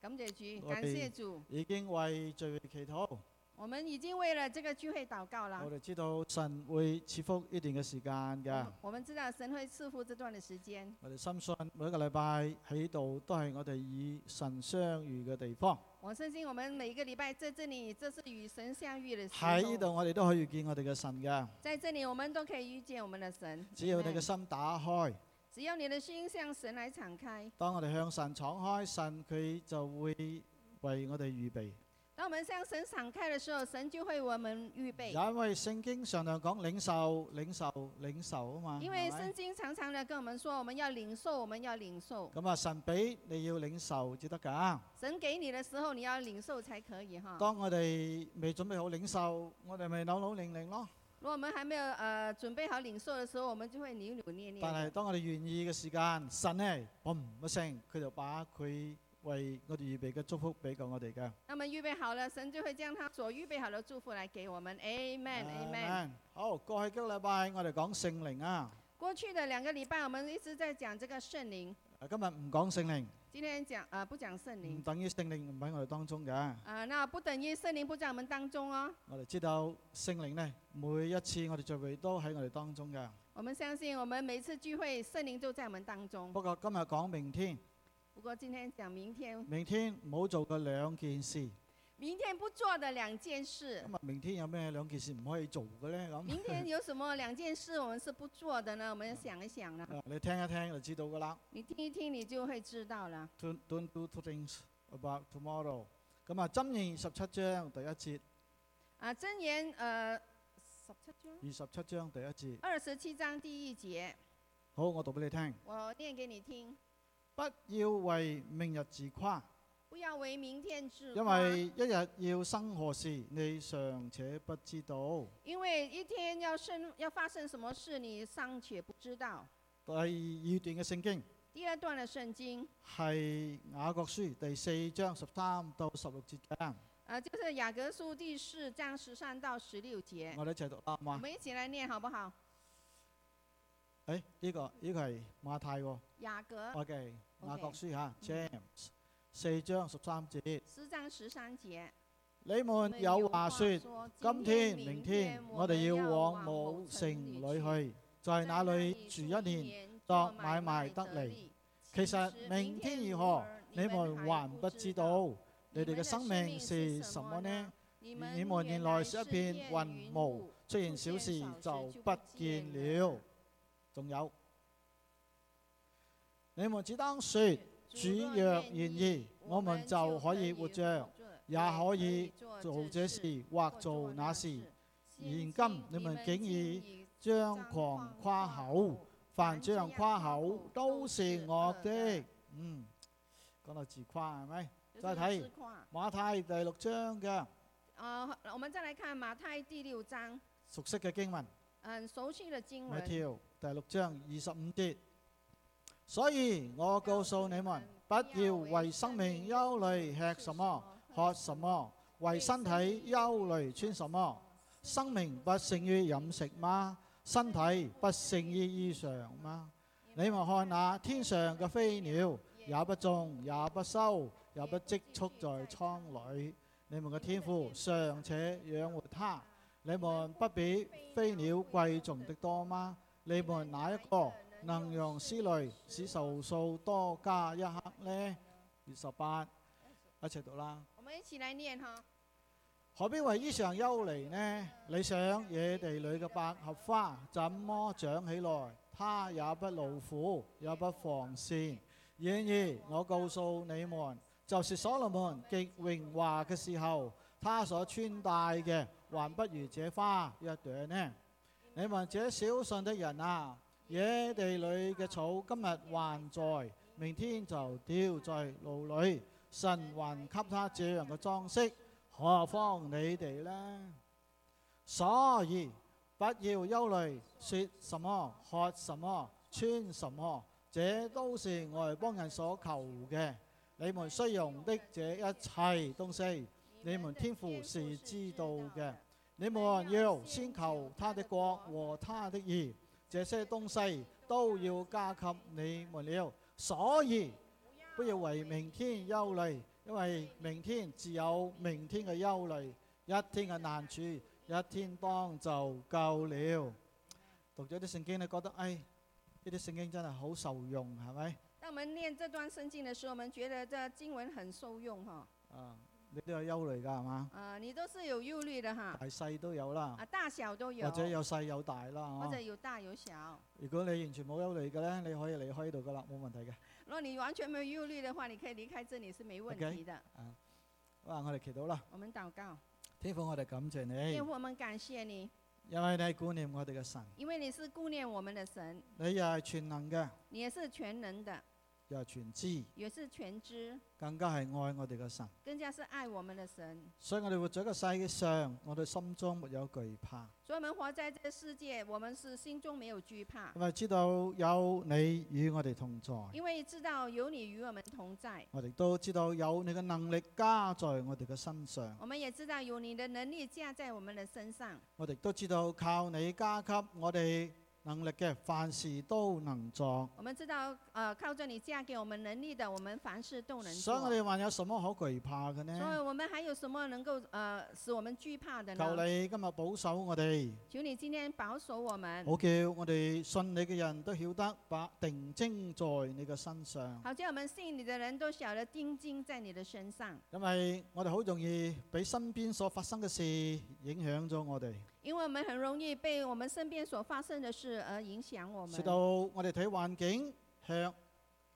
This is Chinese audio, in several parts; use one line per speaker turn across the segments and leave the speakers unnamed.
感谢主，
我哋
感谢主，
已經為聚會祈禱。
我们已经为了这个聚会祷告了
我。哋啊知道神會赐福呢段嘅時間
我
嘅
们。我们知道神会赐福这段的时间，
我哋深信每一個禮拜喺度都係我哋與神相遇嘅地方。
我相信我们每一个礼拜在这里，这是与神相遇的时
喺呢
候，
度我哋都可以遇見我哋嘅神嘅。
在这里我们都可以遇见我们的神。
只要你嘅
Amen
心打開，
只要你的心向神来敞开，
當我哋向神敞開，神佢就會為我哋預備。
当我们向神敞开的时候，神就会为我们预备。
因為聖經常常講領受、領受、領受啊嘛。
因为
係咪
圣经常常的跟我们说，我们要领受，我们要领受。
咁啊，神俾你要領受至得㗎。
神给你的时候，你要领受才可以哈。
當我哋未準備好領受，我哋咪扭扭零零咯。
如果我们还没有呃准备好领受的时候，我们就会扭扭捏捏
但係
的。
當我哋願意嘅時間，神呢，嘣一聲，佢就把佢為我哋預備嘅祝福俾過我哋嘅。
那么预备好了，神就会将他所预备好的祝福来给我们。Amen, Amen。
Amen 好，過去幾個禮拜我哋講聖靈啊，
过去的兩個禮拜，我們一直在講這個聖靈，
今日唔講聖靈，
今天講呃不講聖
唔
靈，
等於聖靈唔喺我哋當中嘅。
呃那不等於聖靈不在我們當中哦。
我哋知道聖靈呢，每一次我哋聚會都喺我哋當中嘅。
我們相信，我們每次聚會，聖靈就在我們當中。
不過今日講明天，
不過今天講明天，
明天唔好做嘅兩件事。
明天不做的兩件事，
咁啊，明天有咩兩件事唔可以做嘅呢？咁
明天有什麼兩件事我們是不做的呢？我们想一想啦，
啊你聽一聽就知道㗎啦。
你聽一聽，你就會知道了。
Don't don't do two things about tomorrow。咁啊，箴言十七章第一節，
啊，箴言呃十七章
二十七章第一節。
二十七章第一節，
好，我讀俾你聽。
我念給你聽，
不要為明日自誇，
不要為明天自
因
夸
為一日要生何事，你尚且不知道。
因为一天要生要发生什么事，你尚且不知道。
第二段嘅聖經
第二段的圣经，
係雅各書第四章十三到十六節嘅，
呃，就是雅各书第四章十三到十六节，
我哋一齊讀啦，好
我
嘛？
们一起来念好不好？
誒，呢、個呢、個係馬太喎。
雅各
OK，雅各
OK
書嚇，James 四章十三節，
四章十三节，
你
我
們
们
有
话
話說。
说
今天、明天，我哋要往某城裏，去，在那裏住一年。
年
作買賣得利。其實明天如何，你們還不知。道。你哋嘅生命是什麼呢？
你
你們原來是一片雲霧，出現小事就不見了。仲有，你們只當說，主若願意，我們就可以活着，也可以做這事或做那事。。
現
現
今
今
你
你
們
們
竟
竟
以
以
張
張
狂
狂
誇
誇
口
口。，
凡
凡
將
將
誇
誇
口
口
都
都
是
是
惡的
惡的。嗯，講到自誇係咪？再睇馬太第六章嘅
呃，我們再來看馬太第六章，
熟悉嘅經文，
很熟悉的經
咪
文。
跳第六章二十五節。所以我告訴你們，不要為生命憂慮吃什麼，喝什麼，為身體憂慮穿什麼。生命不勝於飲食嗎？身體不勝於衣裳嗎？你們看那天上嘅飛鳥，也不種，也不收，也不積蓄在倉裏。你們嘅天父尚且養活它，你們不比飛鳥貴重的多嗎？你們哪一個能用思慮使壽數多加一刻呢？二十八，一齊讀啦。
我們一起來念哈。
何必為衣裳憂慮呢？你想野地裏嘅百合花怎麼長起來？它也不勞苦，也不防善。然而我告訴你們，就是所羅門極榮華嘅時候，他所穿戴嘅還不如這花一朵呢。你們這小信的人啊，野地裏嘅草今日還在，明天就丟在路裏。神還給他這樣嘅裝飾。何況你哋呢？所以不要憂慮，說什麼、喝什麼、穿什麼，這都是外邦人所求嘅。你們需用的這一切東西，你們天父是知道嘅。你們要先求他的國和他的義，這些東西都要加給你們了。所以不要為明天憂慮，因為明天自有明天嘅憂慮，一天嘅難處，一天當就夠了。讀咗啲聖經，你覺得，哎，呢啲聖經真係好受用，係咪？
当我们念这段圣经的时候，我们觉得这经文很受用哈。
啊，你都有憂慮㗎，係嘛？
啊、你都是有忧虑的哈，
大細都有啦，
啊，大小都有，
或者有啊細有大啦，
或
嗬
者有大有小。
如果你完全冇憂慮嘅咧，你可以離開呢度噶啦，冇問題嘅。
如果你完全没有忧虑的话，你可以离开这里是没问
OK
题的。
哇！我哋祈禱啦，
我们祷告，
天父，我哋感謝你
天，父，我们感谢你，
因為你係顧念我哋嘅神，
因为你是顾念我们的神，
你又係全能嘅，
你也是全能的，
又係全知，
也是全知，
更加係愛我哋嘅神。
更加是爱我们的神。
所以我哋活在一個世上，我哋心中沒有懼怕，
所以，我们活在这个世界，我们是心中没有惧怕，
因為知道有你與我哋同在，
因为知道有你与我们同在。
我哋都知道有你嘅能力加在我哋嘅身上，
我们也知道有你的能力加在我们的身上，
我哋都知道靠你加給我哋能力嘅，凡事都能做。
我们知道，呃，靠着你加给我们能力的，我们凡事都能
所以
做。
我哋還有什麼好懼怕嘅
所以
呢？
我们还有什么能够呃使我们惧怕的
求
呢？
你今日保守我哋，
求你今天保守我们，
好叫我哋信你嘅人都曉得把定睛在你嘅身上，
好叫我们信你的人都晓得定睛在你的身上，
因為我哋好容易俾身邊所發生嘅事影響咗我哋，
因为我们很容易被我们身边所发生的事而影响我
使
们，
到我哋睇環境卻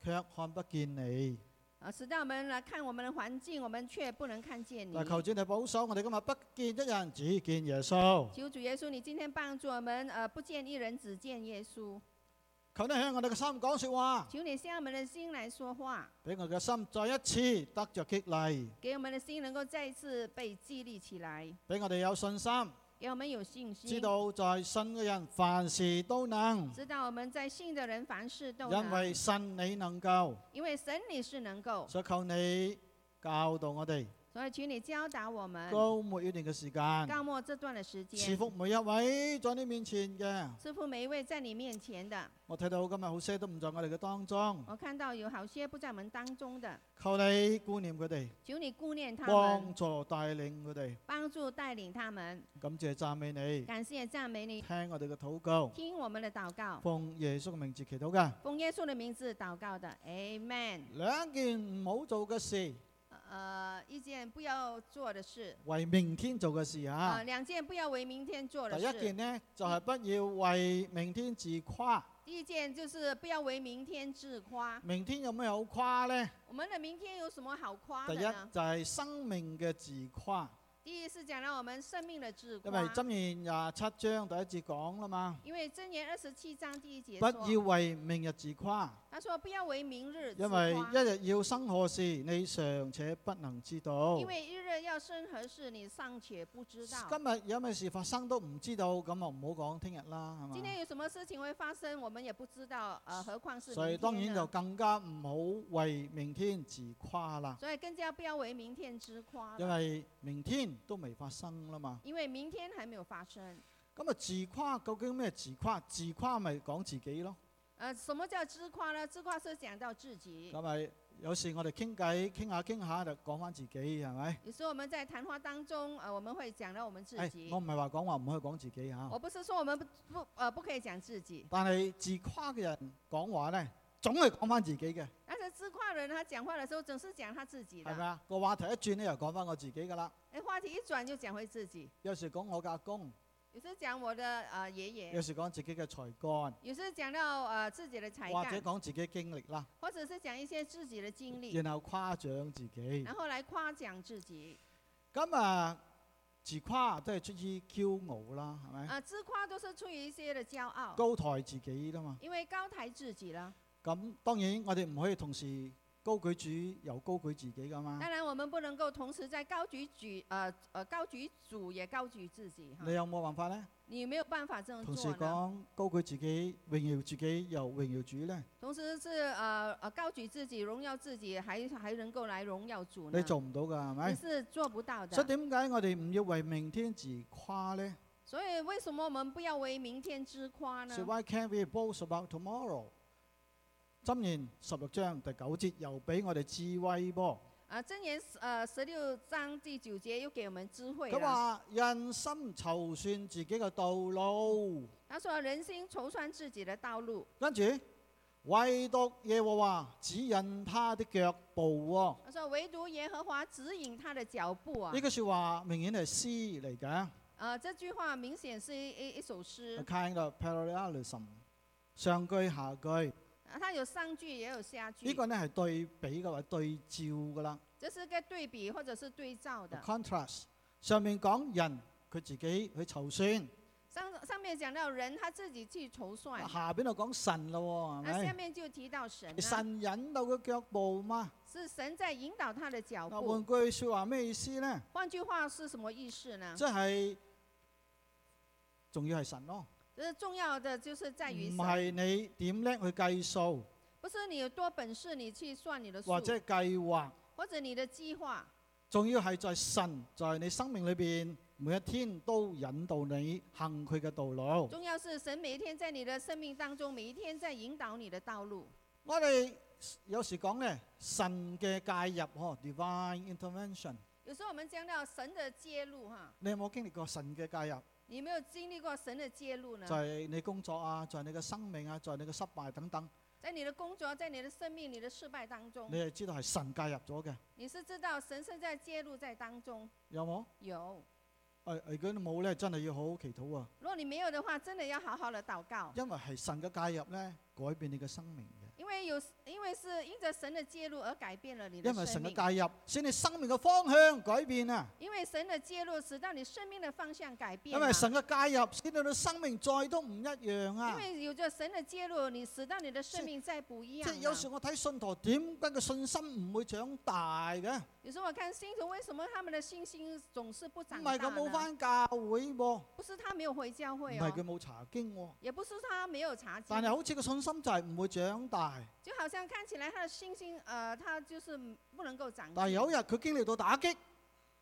卻看不見你。
啊，使到我们来看我们的环境，我们却不能看见你
嗱，。求主你保守我哋今日不見一人，只見耶穌。
求主耶稣，你今天帮助我们，呃，不见一人，只见耶稣。
求你向我哋嘅心講说話，
求你向我们的心来说话，
俾我哋嘅心再一次得着激勵，
给我们的心能够再次被激励起来，
俾我哋有信心。
给我们有信心，
知道在信嘅人凡事都能，
知道我们在信的人凡事都能
因为信你能够，
因为神你是能够，
所以求你教导我哋
所以请你教导我们。
高末一段嘅时间，
高末这段的时
赐
间，
福每一位在你面前嘅。
赐福每一位在你面前的。
我睇到今日好些都唔在我哋嘅当中，
我看到有好些不在我们当中的，
求你顾念佢哋，
求你顾念他们，
帮助带领佢哋，
帮助带领他们。
感谢赞美你，
感谢赞美你，
听我哋嘅祷告，
听我们的祷告，
奉耶稣嘅名字祈祷嘅。
奉耶稣的名字祷告的，Amen。
两件唔好做嘅事，
呃，一件不要做的事，
为明天做嘅事
啊、
啊。
两件不要为明天做的
第一
事。
件呢，就係不要為明天自夸。
第一件就是不要为明天自夸。
明天有咩好夸呢？
我们的明天有什么好夸
第
的
一
呢？
就係生命嘅自夸，
第一是讲到我们生命的自
因為
夸。
箴言廿七章第一節講啦嘛，
因为箴言二十七章第一节
不
说，
要為明日自夸，
他说不要为明日自
因為
夸
一日要生何事，你尚且不能知道。
因为一日要生何事，你尚且不知道。
今日有咩事發生都唔知道，咁啊唔好講聽日啦，係
今
嘛？
天有什么事情会发生，我们也不知道，呃，何况是
所以
明
當
天
然
呢
就更加唔好為明天自夸啦，
所以更加不要为明天之夸了，
因為明天都未發生啦嘛。
因为明天还没有发生。
咁啊自夸究竟咩自夸？自夸咪講自己咯。
呃，什么叫自夸呢？自夸是讲到自己。
咁咪有時我哋傾偈傾下傾下就講翻自己係咪？
有时候我们在談話當中，呃，我們會講到我們自
哎
己。
我唔係話講話唔可以講自己嚇
我，不是说我们不不呃不可以講自己，
但係自誇嘅人講話咧，總係講翻自己嘅，
但是自夸人他講話的時候總是講他自己
係咪
的。
啊？個話題一轉咧，又講翻我自己㗎啦。
哎，話題一轉就講回自己。
有時講我嘅阿公，
有时讲我的呃爷
有
爷，
時講自己嘅才幹，
有时讲到呃自己的才
或者
干，
講自己經歷啦，
或者是讲一些自己的经历，
然後誇獎自己
然。后来夸奖自己。
咁啊，自誇都係出於驕傲啦，係咪？
啊，自夸都是出于一些的驕傲，
高抬自己啦嘛。
因为高抬自己了。
咁當然我哋唔可以同時高舉主又高舉自己㗎嘛。
当然，我们不能够同时在高举举呃呃高举主也高举自己哈
你。有冇辦法呢？
你没有办法这样
同時
啊嗯做啊呢。
講高啊舉自己、榮耀自己又榮耀主呢，
同时是呃呃高举自己、荣耀自己，还还能够来荣耀主呢
你？做唔到㗎係
你
咪？
是做不到
哎所以
的。
點解我哋唔要為明天自誇呢
所以为什么我们不要为明天之夸呢
s？why can't we boast about tomorrow？箴言十六章第九節又俾我哋智慧噃，
啊，箴言呃十六章第九节又给我们智慧
佢
了。
話人心籌算自己嘅道路，
他说：“人心筹算自己的道路。
跟住唯獨耶和華指引他的腳步喎、”
他说：“唯独耶和华指引他的脚步啊
呢。句说話明顯係詩嚟嘅”
呃，这句话明显是一一一首
，a
诗，
kind of parallelism。上句下句，
啊，它有上句也有下
呢、
句
個，呢係對比嘅或對照噶啦
这是个对比或者是对照
，a
的。
contrast。上面講人佢自己去籌算，
上上面讲到人他自己去筹算，
下邊就講神咯，
那
係
下
咪？
面就提到神、啊，
神引導佢腳步嘛。
是神在引导他的脚
嗱，
步
換。句说話咩意思呢？
换句话是什么意思呢？
即係仲要係神咯，
这重要的就是在于
唔
神，
係你點叻去計數
不是你有多本事，你去算你的数
或，者計劃。
或者你的计划，
仲要係在神在你生命裏邊每一天都引導你行佢嘅道路。
重要是神每一天在你的生命当中，每一天在引导你的道路。
我哋有時講咧，神嘅介入呵，divine intervention。
有时候我们讲到神的揭露哈，
你有冇經歷過神嘅介入？
你有没有经历过神的揭露呢
就？係你工作啊，在你嘅生命啊，在你嘅失敗等等，
在你的工作、在你的生命、你的失败当中
你，係知道係神介入咗嘅，
你是知道神是在揭露在当中
有冇？
有。
誒、如果你冇咧，真係要好好祈禱啊，
如果你沒有的话，真的要好好的禱告，
因為係神嘅介入咧，改變你嘅生命嘅。
因为有，因为是因着神的介入而改变了你的
因為
生
神
命。
嘅介入，使你生命嘅方向改變啊！
因为神的介入，使到你生命的方向改变
因
了。
為神嘅介入，使到你生命再都唔一樣
因
啊！
为有着神的介入，你使到你的生命再不一
即
样啊
係
了。
有時我睇信徒點解個信心唔會長大嘅？
有时候我看信徒为什么他们的信心总是不
唔
长大
係佢冇
呢？
翻教會喎，唔
不是他没有回教会
係
哦
佢，冇查經喎，
也不是他没有查哦经
但，係好似個信心就係唔會長大。
就好像看起来他的信心，呃，他就是不能够长
但係
进。
有一日佢經歷到打擊，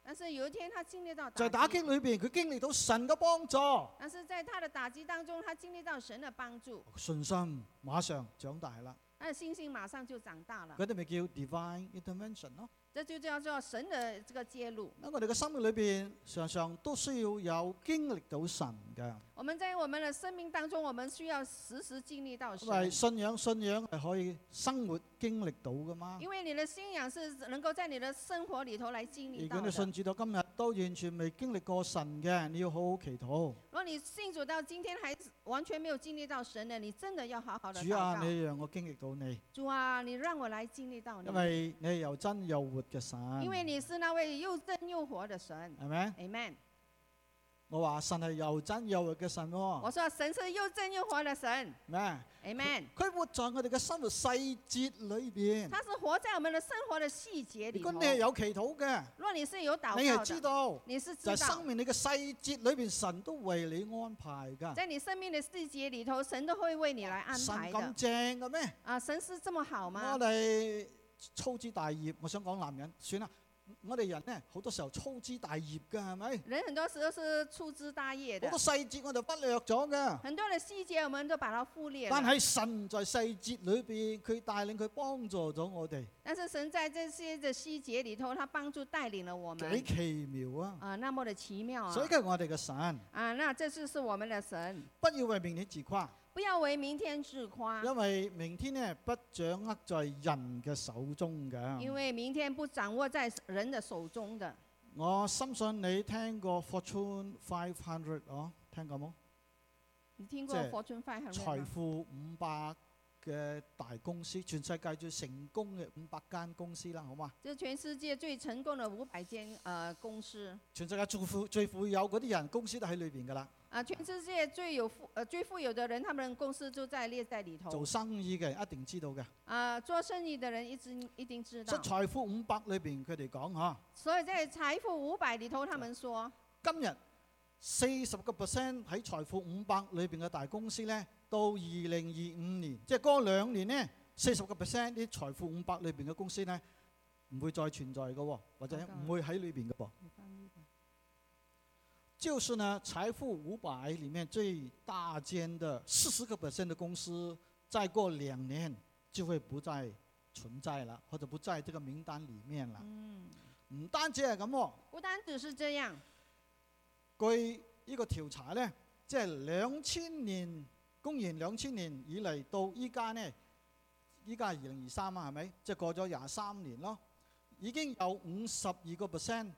但是有一天他经历到
就係打
打
擊
击，
裏邊佢經歷到神嘅幫助，
但是在他的打击当中，他经历到神的帮助，
信心馬上長大啦。
他的信心马上就长大了。
嗰啲咪叫 divine intervention 咯。
这就叫做神的这个介入。
喺我哋嘅生命裏邊，常常都需要有經歷到神嘅，
我们在我们的生命当中，我们需要时时经历到
因
神，
為信仰信仰係可以生活經歷到噶嘛。
因为你的信仰是能够在你的生活里头来经历
如
到
果
的。
你信主到今日都完全未經歷過神嘅，你要好好祈禱。
如果你信主到今天还完全没有经历到神的，你真的要好好的
主
祷
啊，
告。
你讓我經歷到你，
主啊，你让我来经历到你
因，為你係又真又活嘅神。
因為你是那位又真又活的神。
係咪？
Amen。
我話神係又真又活嘅神
我
喎，
说神是又真又活的神。
咩？
Amen。
佢活在我哋嘅生活細節裏邊。
他是活在我们的生活的细节
如
里
果
头。
嗯你係有祈禱嘅，
若你是有祷
你係
告
知
的，
道。
你是知
就係
道
生。命你嘅細節裏邊，神都為你安排㗎。
在你生命的细节里头，神都会为你来安
神
排啊
咁
的。
正嘅咩？
啊，神是这么好
我
吗？
哋粗枝大葉，我想講男人，算啦。我哋人呢，好多時候粗枝大葉㗎，係咪？
人很多時候是粗枝大葉
好
的
多，細節我哋忽略咗㗎。
很多的细节我們都把它忽略
但
了。
係神在細節裏邊，佢帶領佢幫助咗我哋，
但是神在這些的细节里頭，他幫助帶領了我
幾
們
奇妙啊！
啊，那麼的奇妙
所以
啊
佢係我哋嘅神，
啊！那這就是我們的神，
不要為明天自誇，
不要為明天自誇，
因為明天呢不掌握在人嘅手中㗎。
因為明天不掌握在人的手中的。
我深信你聽過 Fortune Five Hundred 哦，聽過冇？
你聽過
即係
Fortune 500
財
嗎？
富五百嘅大公司，全世界最成功嘅五百間公司啦，好嘛？
這全世界最成功的五百間呃公司
全世界最富最富有嗰啲人，公司都喺裏邊噶啦。
啊，全世界最有富呃最富有的人，他們的公司就在列在里頭。
做生意嘅一定知道嘅。
啊，做生意的人一直一定知
所以
道，
財富五百裏邊，佢哋講嚇，
所以在财富五百里头，他们说，
今日四十個 percent 喺財富五百裏邊嘅大公司咧，到二零二五年，即係嗰兩年呢，四十個 percent 啲財富五百裏邊嘅公司咧，唔會再存在嘅喎，或者唔會喺裏邊嘅噃。就是呢，财富五百里面最大间的四十个 percent 的公司，再过两年就会不再存在了，或者不在这个名单里面了。
嗯，
唔單止係咁喎，
不单只是这样，
據呢個調查呢，即係兩千年公元兩千年以嚟到依家呢，依家係二零二三啊，係咪？即係過咗廿三年咯，已經有五十二個 percent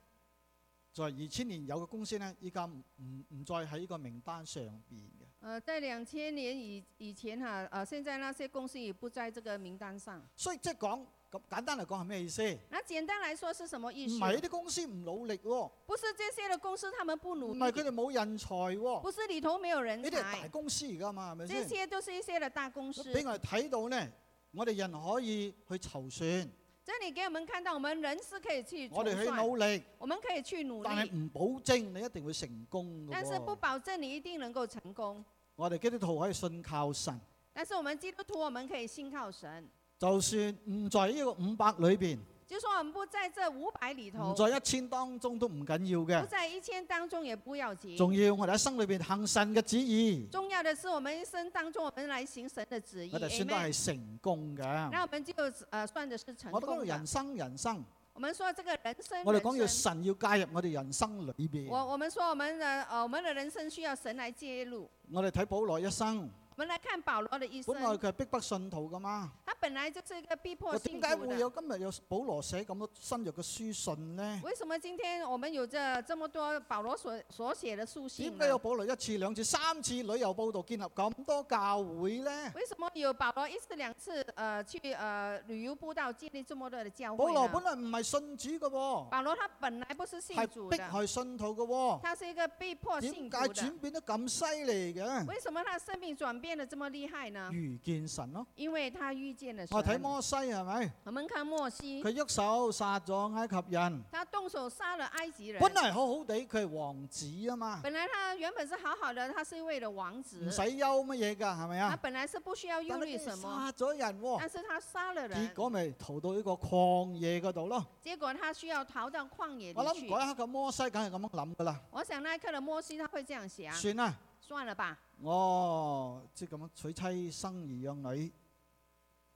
在二千年有嘅公司呢，依家唔唔唔再喺呢個名單上邊嘅。
呃，在两千年以以前哈、呃，现在那些公司也不在这个名单上。
所以即係講咁簡單嚟講係咩意思？唔
那简单来说是什么意思？啊
係呢啲公司唔努力喎，
不是这些的公司他们不努
唔
力，
係佢哋冇人才喎，
不是里头没有人
呢啲哦係大
才，
公司而家嘛，係咪
这
先？
些都是一些的大公司。
俾我哋睇到呢，我哋人可以去籌算，
这里给我们看到，我们人是可以去
我
重
哋去
算，我
努力，
们可以去努
但係
力，
唔保證你一定會成功嘅
但是不
喎。
保证你一定能够成功。
我哋基督徒可以信靠神，
但是我们基督徒，我们可以信靠神，
就算唔在呢個五百裏邊，
就说我们不在这五百里头
唔，在一哎千當中都唔緊要
不
嘅。
在一千当中也不要紧。
仲要我哋喺生裏邊行神嘅旨意，
重要的是，我们一生当中，我们来行神的旨意。
我哋算得
Amen
係成功嘅。
那我们就呃算的是成
我哋講到
功
人
的。
生，人生。
我们说这个人生，
我哋講要
人生
神要介入我哋人生裏邊。
我我们说我们的呃我们的人生需要神来介入。
我哋睇保羅一生，
我们来看保罗的一生
本，來佢係逼迫信徒噶嘛，
他本来就是一个逼迫
我
信
點解
徒
會
的。
有今日有保羅寫咁多新約嘅書信呢？
为什么今天我们有这这么多保羅所所寫的书信
點
呢
解？有保羅一次、兩次、三次旅遊報道建立咁多教會呢？
为什么有保羅一次两次呃去呃旅游布道建立这么多的教啊
保
会
羅本
呢？
來唔係信主嘅喎，
保羅他本来不是信主
係逼
的，
害信徒嘅喎，
他是一个被迫
點
信
解
主的。
轉變得咁犀利嘅？
为什么他的生命转变的这么厉害呢？
遇見神咯，
因为他遇见了
嗯我睇
神。
摩西係咪？
我们看摩西，
佢喐手殺咗埃及人，
他动手杀了埃及人。
本來好好地，佢係王子啊嘛，
本来他原本是好好的，他是为了王
唔
子，
使憂乜嘢㗎，係咪啊
他？本来是不需要忧
但
虑
係
什
佢
么，
殺咗人喎，
但是他杀了
結
人，
果咪逃到呢個曠野嗰度咯。
结果他需要逃到曠野
我
里
諗
去。
嗰一刻嘅摩西梗係咁樣諗噶啦，
我想那一刻的摩西他会这样想：
算啦，
算了吧，
我即係咁樣娶妻生兒養女，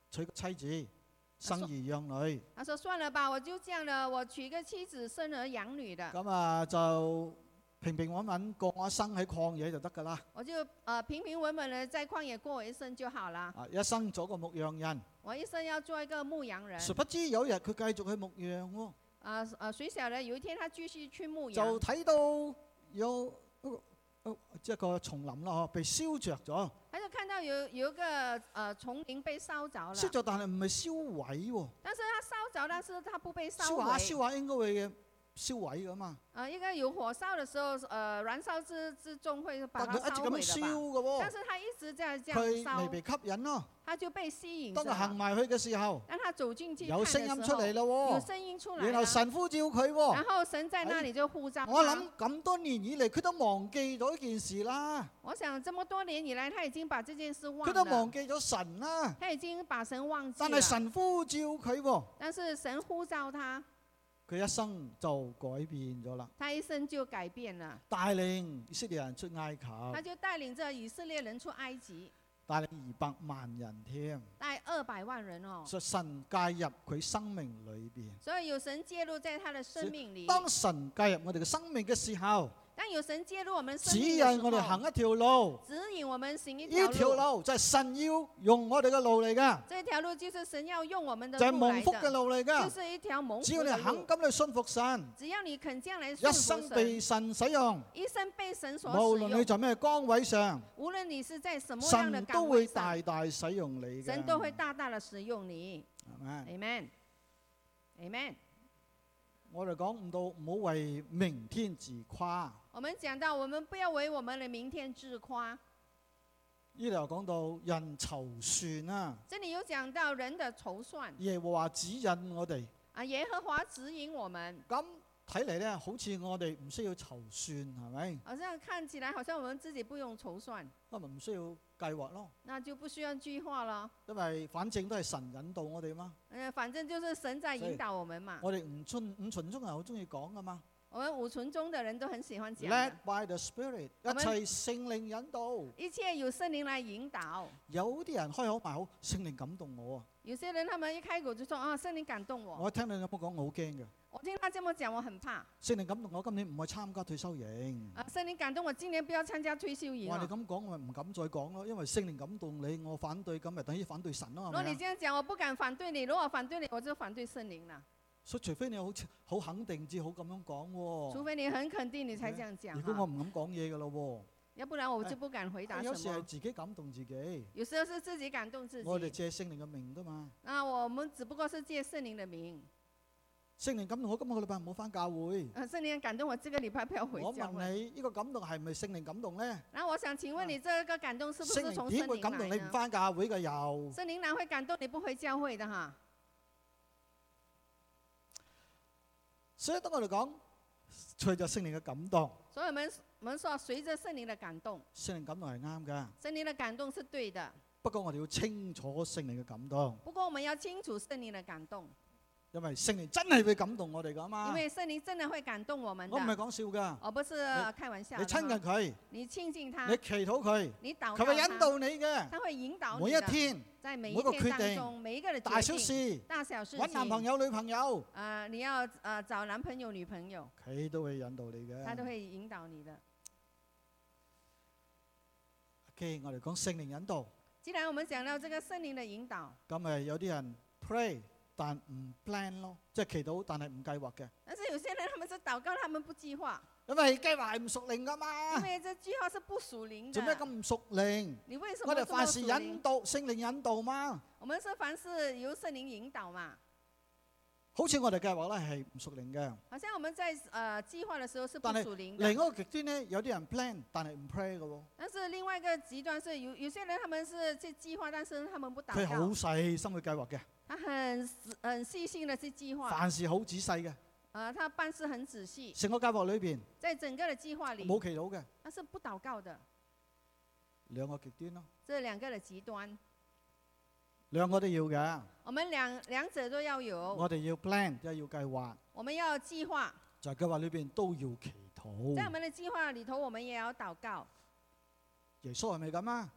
娶個妻子生兒養女，
他说算了吧，我就这样了，我娶个妻子生儿养女的，
咁啊就平平穩穩過我一生喺曠野就得噶啦。
我就呃平平稳稳的在旷野过我一生就好了。
啊，一生做個牧羊人，
我一生要做一个牧羊人。
殊不知有一日佢繼續去牧羊喎，
啊啊，谁晓得有一天他继续去牧
就
羊，
睇到有一個呃即係個叢林啦，嗬，被燒着咗，
他就看到有有一个呃丛林被烧着了，
燒着但係唔係燒毀喎。
但是他烧着，但是他不被烧
燒
毁。
下燒下應該會嘅燒毀噶嘛，
啊，应该有火烧的时候，呃，燃烧之之中会把
但
它
佢一直
烧
咁
毁
樣
的
燒
吧。但
嘅
是他一直在这
喎，
样
佢未
烧，
被吸引咯。
他就被吸引着
當佢行
了。
埋去嘅時候，
当他走进去看
有
的
聲音
时
出
候，
嚟
有
咯
声音啊出
喎，
来
然後
了。
神呼召佢喎
然。后神在那
哎
里就呼召
我
他
諗咁多年以嚟，佢都忘記咗呢件事啦，
我想这么多年以来，他已经把这件事忘
佢都
了
忘，記咗神啦。
他已经把神忘记
但係
了。
神呼召佢喎，
但是神呼召他，
佢一生就改變咗啦，
他一生就改变了。
帶領以色列人出埃及，
他就带领着以色列人出埃及，
帶領二百萬人添，
带二百万人哦。
所以神介入佢生命裏邊。
所以有神介入在他的生命里。
當神介入我哋嘅生命嘅時候，
当有神介入我们生
指
命
引
的时
我哋
候，
行一條路，
指引我们行一
呢條
条路。
路就係神要用我哋嘅路嚟噶，
这条路就是神要用我们的
就係
路来
蒙福嘅
的，
路嚟
就
噶。
是一条蒙
只
福
要你
的
肯
路。
咁去信服神，
只要你肯这样来
一
顺服
生
神，
被神使用，
一生被神所
無
使
論你
用，
在咩崗位上，
无论你是在什么样的
神
岗
都會
位上，
大大使用你嘅。嗯
神都会大大的使用你。
係咪？
Amen。Amen。
我哋講唔到，唔好為明天自誇。
我们讲到，我们不要为我们的明天自夸。
呢度又講到人籌算啊，
这里有讲到人的筹算
耶和華指引我哋。
啊，耶和华指引我们。
咁睇嚟咧，好似我哋唔需要籌算，係咪？
好像看起来好像我们自己不用筹算，
咁咪唔需要計劃咯，
那就不需要计划了。呃
因為反正都係神引導我哋嘛。
嗯、反正就是神在
所以
引导我们嘛。
我哋吳春伍秦中係好中意講噶嘛，
我们五旬宗的人都很喜欢讲的
led by the Spirit，
我
一
們
切聖靈引導。
一切有圣灵来引导。
有啲人開口埋口，聖靈感動我啊！
有些人他們一開口就說啊，聖靈感動我。
我聽你咁講，我好驚嘅。
我聽他這麼講，我很怕。
聖靈感動我，今年唔去參加退休營。
啊，聖靈感動我，今年不要參加退休營
話你
哦。
咁講，我咪唔敢再講咯，因為聖靈感動你，我反對，咁咪等於反對神咯，
如
係
果
咪
你
啊
這樣講，我不敢反對你。如果我反對你，我就反對聖靈了。
所以除非你好似好肯定至好咁樣講
除
喎。
非你很肯定，你才這樣講
如哦果我
哈。
唔敢講嘢嘅咯
要不然我就不敢回答
喎，有時
什
係
麼。
自己感動自己。
有時候是自己感動自
我
己。
哋借聖靈嘅名㗎嘛。
那我們只不過是借聖靈的名。
聖靈感動我，今個禮拜唔好翻教會。
呃，聖靈感動我，這個禮拜不要回
我
教
問
會。
你，呢、個感動係咪聖靈感動呢？
然後我想請問
啊
你，這個感動是不
聖
是
靈
從
點
聖
會感動
靈
你
來
唔
呢？
翻教會嘅又？
聖靈哪會感動你不回教會的哈？
所以當我哋講，隨着聖靈嘅感動，
所以我們我们說，隨着聖靈的感動，
聖靈感動係啱㗎。
聖靈的感動是對的。
不過我哋要清楚聖靈嘅感動，
不过我们要清楚聖靈的感動，
因為聖靈真係會感動我哋㗎嘛
因。為聖靈真的會感動我们
我唔係
的，
講笑㗎，
而不是呃開玩笑
你
的
親近
哈。
佢，
你親近他
你，祈禱佢，
你禱
佢會引
告
導你嘅
他，。他會引導
每
你
一
的。
天，
在每
每
一
個
天
決
當
定
中，每一個的
大
決
小
定、
事，
大小事
揾男朋
情，
友、女朋友，
呃，你要呃找男朋友、女朋友，
佢都會引導你
他都
嘅。
會引導你的。
既然我哋講聖靈引導。
既然我們講到這個聖靈的引導，
咁咪有啲人 pray 但唔 plan 咯，即係祈禱但係唔計劃嘅，
但是有些人他們是禱告，他們不計劃，
因為計劃係唔熟靈噶
因
嘛。
為這計劃是不屬靈
做咩咁
的。
唔熟靈？
你為什
我
麼
哋
這麼
凡事
屬
引
靈？
導聖靈引導嘛，
我們是凡事由聖靈引導嘛。
好似我哋計劃咧係唔熟靈嘅。
好像我们在呃计划的时候是不
但是
属灵
另
的，
一個極端咧，有啲人 plan 但係唔 pray 嘅喎，
但是另外一个极端是有有些人他们是去计划，但是他们不祷
佢好
告，
細心去計劃嘅，
他很死很细心的去计划，
凡事好仔細嘅，
呃，他办事很仔细，
成個計劃裏邊
在整个的计划里，
冇祈禱嘅，
他是不祷告的，
兩個極端咯，
这两个的极端，
兩個都要嘅。
我们两两者都要有，
我哋要 plan 即係要計劃，
我们要计划，
就係計劃裏邊都要祈
在我
禱。
们的计划里头，我们也要祷告。
耶穌係咪咁啊？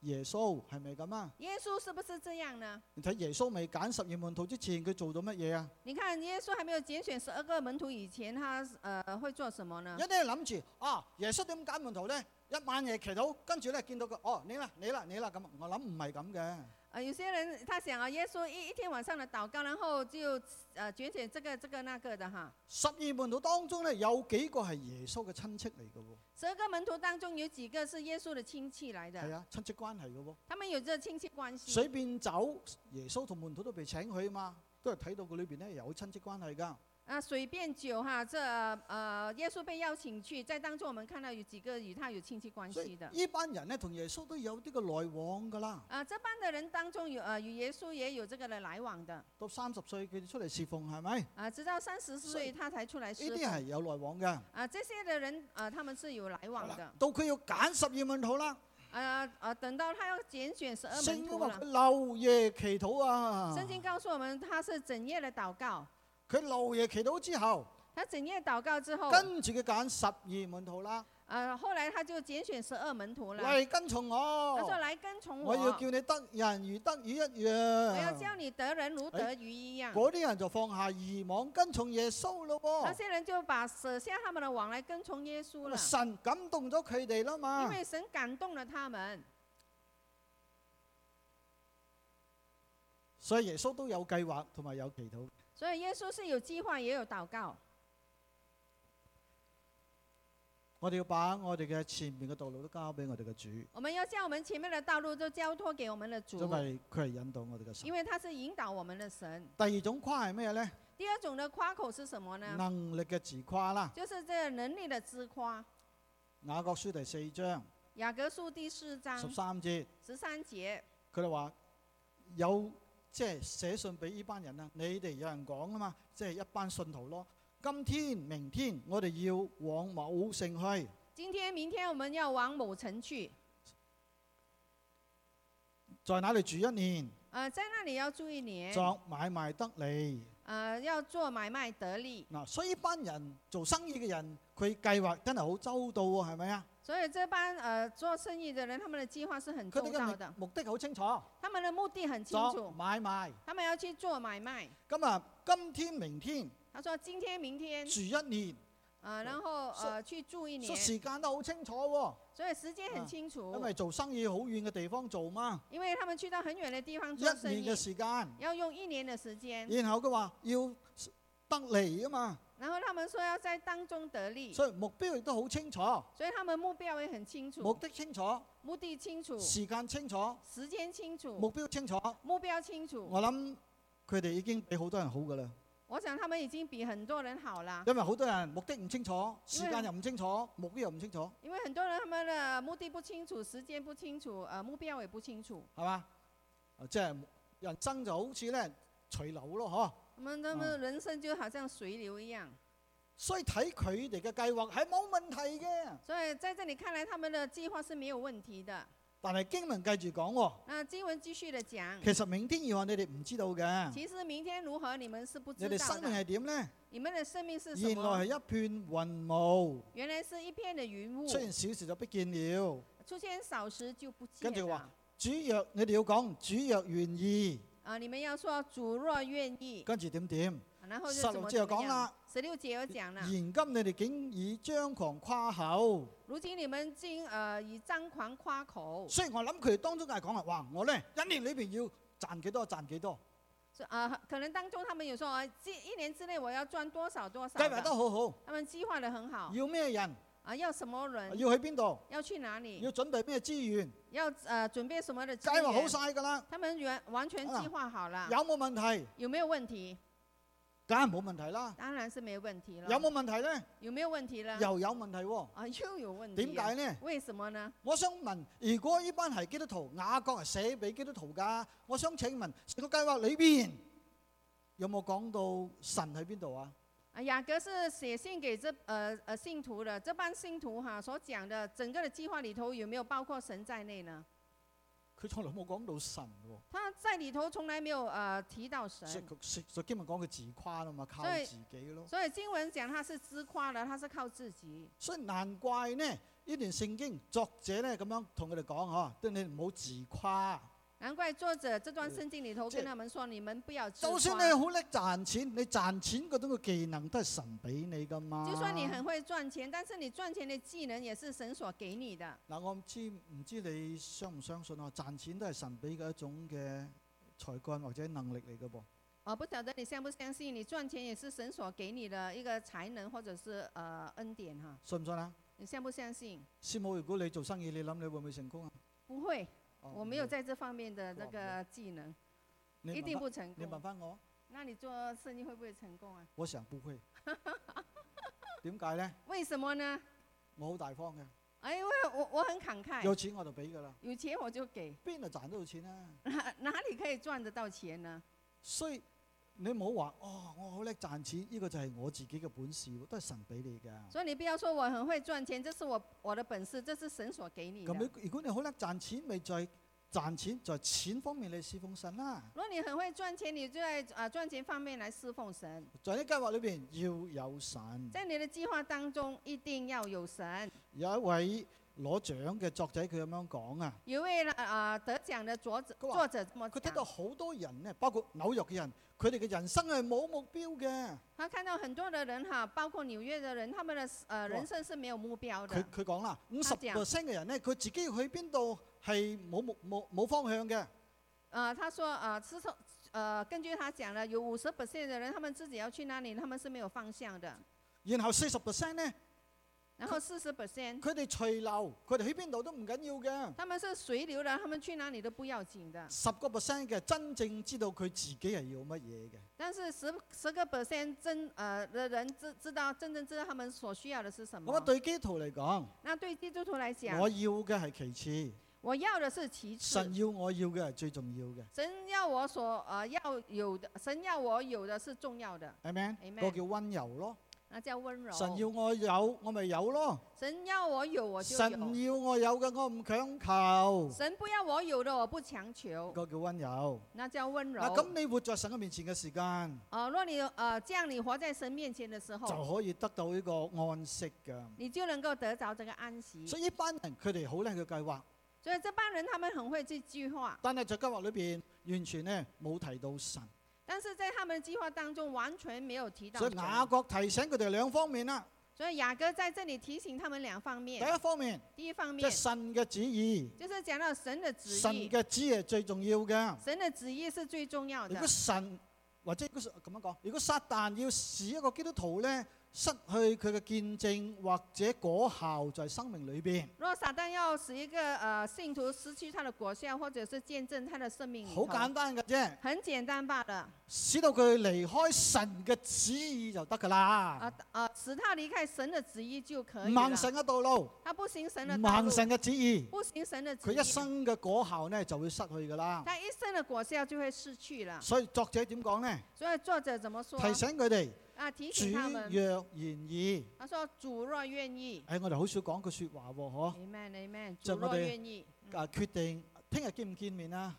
耶穌係咪咁啊？
耶稣是不是这样呢？
你睇耶穌未揀十二門徒之前，佢做咗乜嘢啊？
你看耶稣还没有拣选十二个门徒以前，他呃会做什么呢
有？啲人諗住啊，耶穌點揀門徒咧？一晚夜祈禱，跟住咧見到佢，哦，你啦，你啦，你啦咁。我諗唔係咁嘅，
呃，有些人他想啊，耶稣一一天晚上的祷告，然后就呃卷选这个这个那个的哈。
十二門徒當中咧有幾個係耶穌嘅親戚嚟嘅喎，
十二个门徒当中有幾個是耶穌的親戚來
係
的，
啊，親戚關係嘅喎。
他們有這親戚關係。
水變酒，耶穌同門徒都被請去啊嘛，都係睇到佢裏邊咧有親戚關係㗎。
啊，水變酒哈，這呃耶穌被邀請去，在當中我們看到有幾個與他有親戚關
所以
係的。
呢班人咧同耶穌都有啲嘅來往㗎啦。
啊，這班的人當中有呃與耶穌也有這個的來往的。
到三十歲佢哋出嚟侍奉係咪？呢
啊，直到三十
所以
歲他才出來侍
啲係
奉。
有來往嘅。
啊，這些的人啊，他們是有來往的。
到佢要揀十二門徒啦。
啊啊，等到他要揀選十二
聖
門
經
徒
話
了
佢。漏夜祈禱啊！
圣经告诉我们，他是整夜的祷告，
佢漏夜祈禱之後，
他整夜祷告之后，
跟住佢揀十二門徒啦，
呃，后来他就拣选十二門徒了。
嚟跟從
他说：“
我，
来跟從我，
哎我要叫你得人如得魚一
我要
樣。
叫你得人如得魚一樣。
嗰啲人就放下疑網，跟從耶穌咯
那
喎。
些人就把舍下他们的往来跟從耶穌了，
神感動咗佢哋啦
因
嘛。
為神感動了他們。
所以耶穌都有計劃同埋有祈禱。
所以耶穌是有計劃也有禱告。
我哋要把我哋嘅前面嘅道路都交俾我哋嘅主，
我們要将我们前面的道路都交托給我們的主，
因為佢係引導我哋嘅神
因。為他是引導我们的神。
第二種誇係咩呢？
第二種的誇口是什麼呢？
能力嘅自誇啦。
就是這個能力的自誇。
雅各書第四章
雅各書第四章
十三節。
十三節。
佢哋話有即係寫信俾呢班人啊，你哋有人講啊嘛，即係一班信徒咯。今天、明天，我哋要往某城去。
今天、明天我们要往某城去，
在那裏住一年，
呃，在那里要住一年，
作買賣得利，
呃，要做买卖得利。
嗱，所以班人做生意嘅人，佢計劃真係好周到喎，係咪啊？
所以这班呃做生意的人，他们的计划是很
佢
周
哋
到
嘅
的
目，目的好清楚，
他们的目的很清
作
楚，
買賣。
他们要去做买卖。
咁啊，今天明天
他说今天、明天，
住一年，
呃，然後呃去住一
所以
年，
時間都好清楚喎，
所以時間
啊
很清
因
楚，
為做生意好遠嘅地方做嘛，
因為他們去到很遠的地方
一
做生
年
意
嘅，時間。
要用一年的時間。
然後佢話要得利啊嘛，
然後他們說要在當中得利，
所以目標亦都好清楚，
所以他們目標也很清
目
楚，
的清楚，
目的清楚，
時間清楚，
時間清
目
楚，
標清楚。
目標清楚。
我諗佢哋已經比好多人好噶啦，
我想他們已經比很多人好了，
因為好多人目的唔清楚，時間又唔清楚，目標又唔清楚，
因為很多人他們的目的不清楚，時間不清楚，呃，目標也不清楚。
係嘛？啊即係人生就好似咧隨流咯，嗬。
我們他
啊
們人生就好像水流一樣，
所以睇佢哋嘅計劃係冇問題嘅。
所以在這裡看來，他們的計劃是沒有問題的。
但係經文繼續講喎，
那经文继續的講，
其實明天要案你哋唔知道嘅，
其實明天如何你們是不
你
知
哋
道
生命
的。
係點呢？
你們的生命是什啊
原
麼？
來係一片雲霧。
原來是一片的云雾，
出現小事就必見了。
出現少時就不
跟
見
住話
了。
主若你哋要講，主若願意，
啊，你們要說主若願意，啊
跟住點點。
然後就
十
怎
六
么
節又
怎么
講
樣
啦，。
十六節有講
現
啦，
今你哋竟以張狂誇口，
如今你們竟呃以張狂誇口，
雖然我諗佢哋當中梗係講啦，哇！我咧一年裏邊要賺幾多賺幾多，
所啊、可能當中他們有說，啊这一年之內我要賺多少多少哦
計劃
的，
得好好。
他們計劃的很好
要咩人？
啊，要什麼人，
要去邊度？
要去哪裡
要，準備咩資源？
要呃準備什麼的資
計劃好
源，
晒㗎啦，
他們原完全
啊
計劃好了，
有冇問題？
有沒有問題？
梗係冇問題啦。
當然是沒問題了。
有冇問題咧？
有沒有問題了？
又有問題喎。
嗯啊，又有問題
點
了。
解呢？
为什么呢？
我想問，如果呢班係基督徒，雅各係寫俾基督徒㗎，我想請問，成個計劃裏邊有冇講到神喺邊度啊？
啊，雅各是写信给这呃呃信徒的，这帮信徒哈所讲的整个的计划里头有没有包括神在内呢？
佢從來冇講到神喎，
他在里头從來沒有呃提到神，
所以佢所以所以經文講佢自誇啦嘛，靠
所以
自己咯。
所以经文讲他是自夸的，他是靠自己，
所以難怪呢，呢段聖經作者呢咁樣同佢哋講嗬，即係你唔好自誇。
难怪作者这段
嗯
圣经里头
这
跟他们说，你们不要自
就算
夸
你。好叻賺錢，你賺錢嗰種嘅技能都係神俾你㗎嘛。
就算你很会赚钱，但是你赚钱的技能也是神所给你的。
嗱，我唔知唔知你相唔相信啊？賺錢都係神俾嘅一種嘅才幹或者能力嚟嘅噃。
我不晓得你相不相信，你赚钱也是神所给你的一个才能或者是呃恩典哈，
信唔信啊？
你相不相信？
師母，如果你做生意，你諗你會唔會成功啊？
不会，
哦
我没有，在这方面的那
我
个技能，
你
一
問
定
返
不成
你問
功。
翻我，
那你做生意会不会成功啊？
我成日 不會。點解咧？
为什么呢？
我好大方嘅，
哎，因为我我很慷慨，
有錢我就俾㗎啦。
有钱我就给，
邊度賺得到錢啊？
哪哪里可以赚得到钱呢？
所以你唔好話哦，我好叻賺錢，呢、個就係我自己嘅本事喎，都係神俾你㗎。
所以你不要说我很会赚钱，这是我我的本事，这是神所给你的。
咁你如果你好叻賺錢，咪就係賺錢，就係錢方面你侍奉神啦。
如果你很会赚钱，你就在啊、呃赚钱方面来侍奉神，
在呢計劃裏边要有神，
在你的计划当中一定要有神。
有一位攞獎嘅作者佢咁樣講啊，
有一位啊、呃得奖的作者
佢話
作者这么
佢睇
讲，
到好多人咧，包括紐約嘅人，佢哋嘅人生係冇目標嘅。
他看到很多的人哈，包括纽约的人，他们的呃
哇
人生是没有目标
佢
的。
佢講啦，五十
他這
percent 嘅人咧，佢自己去邊度係冇目冇冇方向嘅。
呃，他说呃，自从呃，根据他讲了，有五十 percent 的人，他们自己要去哪里，他们是没有方向的。
然後四十 percent 咧，
然后四十 percent，
佢哋隨流，佢哋去邊度都唔緊要嘅。
他们是随流的，他们去哪里都不要紧的。
十個 percent 嘅真正知道佢自己係要乜嘢嘅。
但是十十个 percent 真呃的人知知道真正知道他们所需要的是什
咁啊，
么。
對基督徒嚟講，
那对基督徒来讲，
我
我
要嘅係其次，
要的是其次，
神要我要嘅係最重要嘅。
神要我所呃要有的，神要我有的是重要的。
Amen，
Amen
嗰個叫温柔咯。
那叫温柔。
神要我有，我咪有咯。
神要我有，我就
神
有；
要我有嘅，我唔強求，
神不要我有的，我不强求
嗰、，個叫温柔。
那叫温柔。
嗱，咁你活在神嘅面前嘅時間，
呃，若你呃这样，你活在神面前的时候，
就可以得到呢個安息嘅。
你就能够得着这个安息。
所以呢班人佢哋好叻嘅計劃，
所以这帮人他们很会去计划，
但係在計劃裏邊完全呢冇提到神，
但是在他们的计划当中完全沒有提到
所以
神。
雅各提醒佢哋兩方面啦。
所以雅各在这里提醒他们两方
第
面，
一方面
第一方
即
面
係神嘅旨意，
就是讲到神的旨
神
意，
嘅旨意係最重要嘅。
神的旨意是最重要
如
的
果。神或者如果咁樣講，如果撒旦要使一個基督徒呢失去佢嘅見證或者果效在生命裏邊，
若撒旦要使一个呃信徒失去他的果效，或者是见证他的生命里
好
头，
簡單嘅啫，
很简单罢了。
使到佢離開神嘅旨意就得㗎啦
啊。啊，使他离开神的旨意就可
唔
以
行
了。
神嘅道路，
他不行神的
唔
道
行
路，
神嘅旨意，
不行神的旨
佢
意，
一生嘅果效呢就會失去㗎啦。
他一生的果效就会失去了。
所以作者點講呢？
所以作者怎么说？
提醒佢哋，
啊，提
主
醒他们，
若願意，
他说：主若愿意
誒我哋好少講句説話喎，嗬。
，Amen Amen，
就
主
我
若
哋
愿意。嗯
啊，決定聽日見唔見面啊？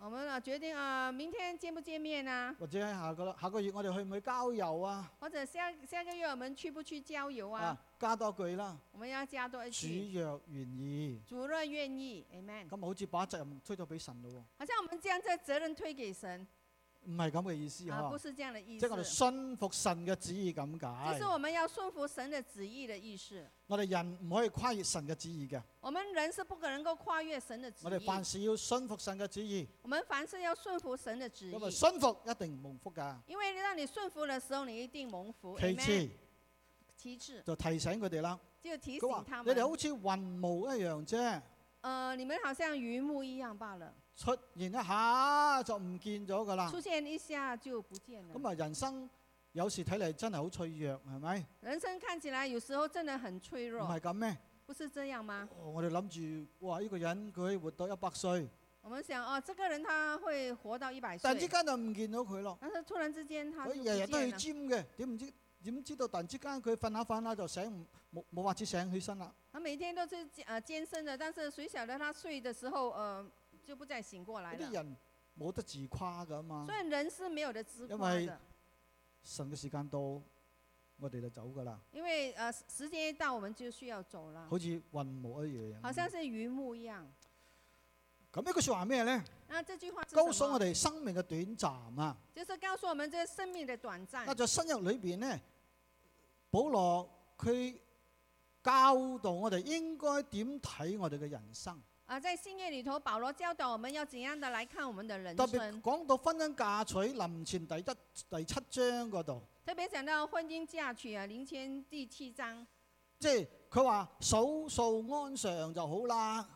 我们啊决定啊，明天见不见面啊？
或者下個下個月我哋去唔去郊遊啊？
或者下下个月我们去不去郊游啊？
啊，加多句啦，
我们要加多一
主
句，
若願意，
主若愿意，Amen。
咁好似把責任推咗俾神咯
好像我们将这责任推给神
喎，唔係咁嘅意思
啊，不
嗬，
是这样的意
即
思
係，我哋信服神嘅旨意咁
就是
解。
我们要顺服神的旨意的意思。
我哋人唔可以跨越神嘅旨意嘅，
我们人是不可能够跨越神的旨
我哋
意，
凡事要信服神嘅旨意，
我们凡事要顺服神的旨
因為
意，
信服一定蒙福㗎。
因为当你顺服的时候，你一定蒙福。
其
Oh， Amen
次
其次，
就提醒佢哋啦，
就提
佢
醒
話
他
你哋
们，
好似雲霧一樣啫，
呃，你们好像云雾一样罢了，
出現一下就唔見咗㗎啦
出。现一下就不见了。
咁啊，人生有時睇嚟真係好脆弱，係咪？
人生看起来有时候真的很脆
唔
弱
係，咁咩？
不是这样吗？
哦我哋諗住，哇！呢、個人佢可以活到一百歲，
我们想哦，这个人他會活到一百
突然
岁
之，間就唔見到佢咯。
但是突然之間他就
佢
不
日日都
見
去
了。
尖嘅，點唔知點知道突然之間佢瞓下瞓下就醒，唔冇冇法子醒起身啦。
他每天都是健呃健身的，但是谁曉得他睡的時候呃就不再醒過來
嗰啲
了。
人冇得自誇噶嘛
所。以人是沒有的自
因
誇
為
的，
神嘅時間到，我哋就走噶啦，
因為呃時時間一到我們就需要走了，
好似雲霧一樣。
好像是雲霧一樣。
咁呢句説話咩咧？
那這句話是
告訴
什
我
麼？
哋生命嘅短暫啊！
就是告訴我們這生命的短
啊，
暫。
在新約裏邊咧，保羅佢教導我哋應該點睇我哋嘅人生。
啊，在新約裏頭，保羅教導我們要怎樣的來看我們的人
特別
生，
講到婚姻嫁娶，臨前第一第七章嗰度，
特別講到婚姻嫁娶啊，林前第七章。
即係佢話數數安常就好啦，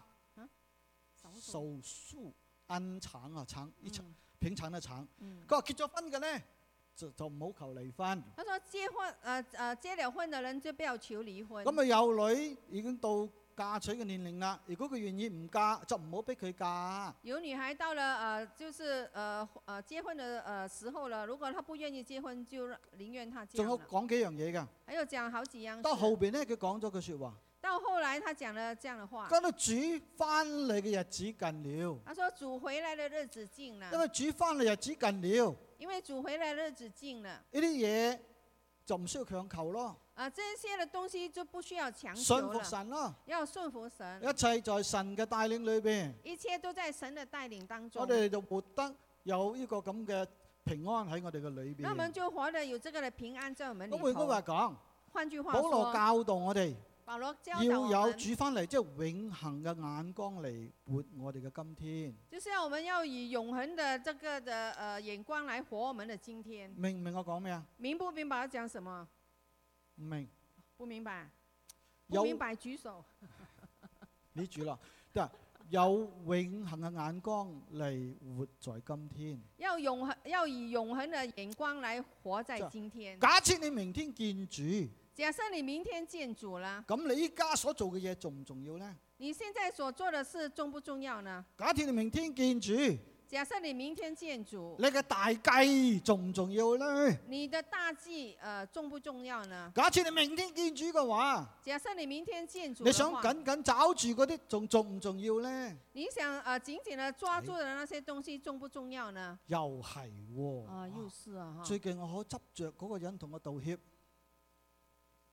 數數安常啊，橙一橙
嗯
平橙嘅橙。
嗯
佢話結咗婚嘅咧，就就唔好求離婚。
他说结婚呃呃结了婚的人就不要求离婚。
咁啊有女已經到嫁娶嘅年齡啦，如果佢願意唔嫁，就唔好逼佢嫁。
有女孩到了呃就是呃呃结婚的呃时候了，如果她不愿意结婚，就让宁愿她这
仲
样
有
了。
講幾樣嘢㗎。
还有讲好几样事。啊
到後邊咧，佢講咗句説話，
到後来他講了这样的话，
講到主翻嚟嘅日子近了，
他说主回来的日子近
因
了，
為主翻嚟日子近了。
因为主回来的日子近了
呢啲嘢就唔需要強求咯，
啊、这些的东西就不需要强
信
求
服
了，
神咯，
要顺服神，
一切在神嘅帶領裏邊，
一切都在神的带领当中
我。哋就活得有呢個咁嘅平安喺我哋嘅裏
那我們
邊。
就活得有這個的平安在我們
咁換
里
句
頭
話。講，
換句話
保羅
說，
教導我哋
保羅教
要
導我
有
們。
主翻嚟，即係永恆嘅眼光嚟活我哋嘅今天。
就是要我们要以永恒的这个的呃眼光来活我们的今天，
明唔明我講咩啊？
明不明白要讲什么？
唔明，
不明白，不
有
明白举手。
呢主啦，即係有永恆嘅眼光嚟活在今天。
要永恒，要以永恒的眼光来活在
这
今天。
假設你明天見主，
假设你明天见主了，
咁你依家所做嘅嘢重唔重要呢？
你现在所做的事重不重要呢？
假設你明天見主，
假假设你明天见主，
你嘅大計重唔重要呢？
你的大计呃重不重要呢？
假設你明天見主嘅話，
假设你明天见主
你
的
想
话，
緊緊找住嗰啲，仲重唔重要呢？
你想呃紧紧的抓住的那些东西重不重要呢？
又係喎、
啊、又是啊哈。
哎最近我好執着嗰個人同我道歉，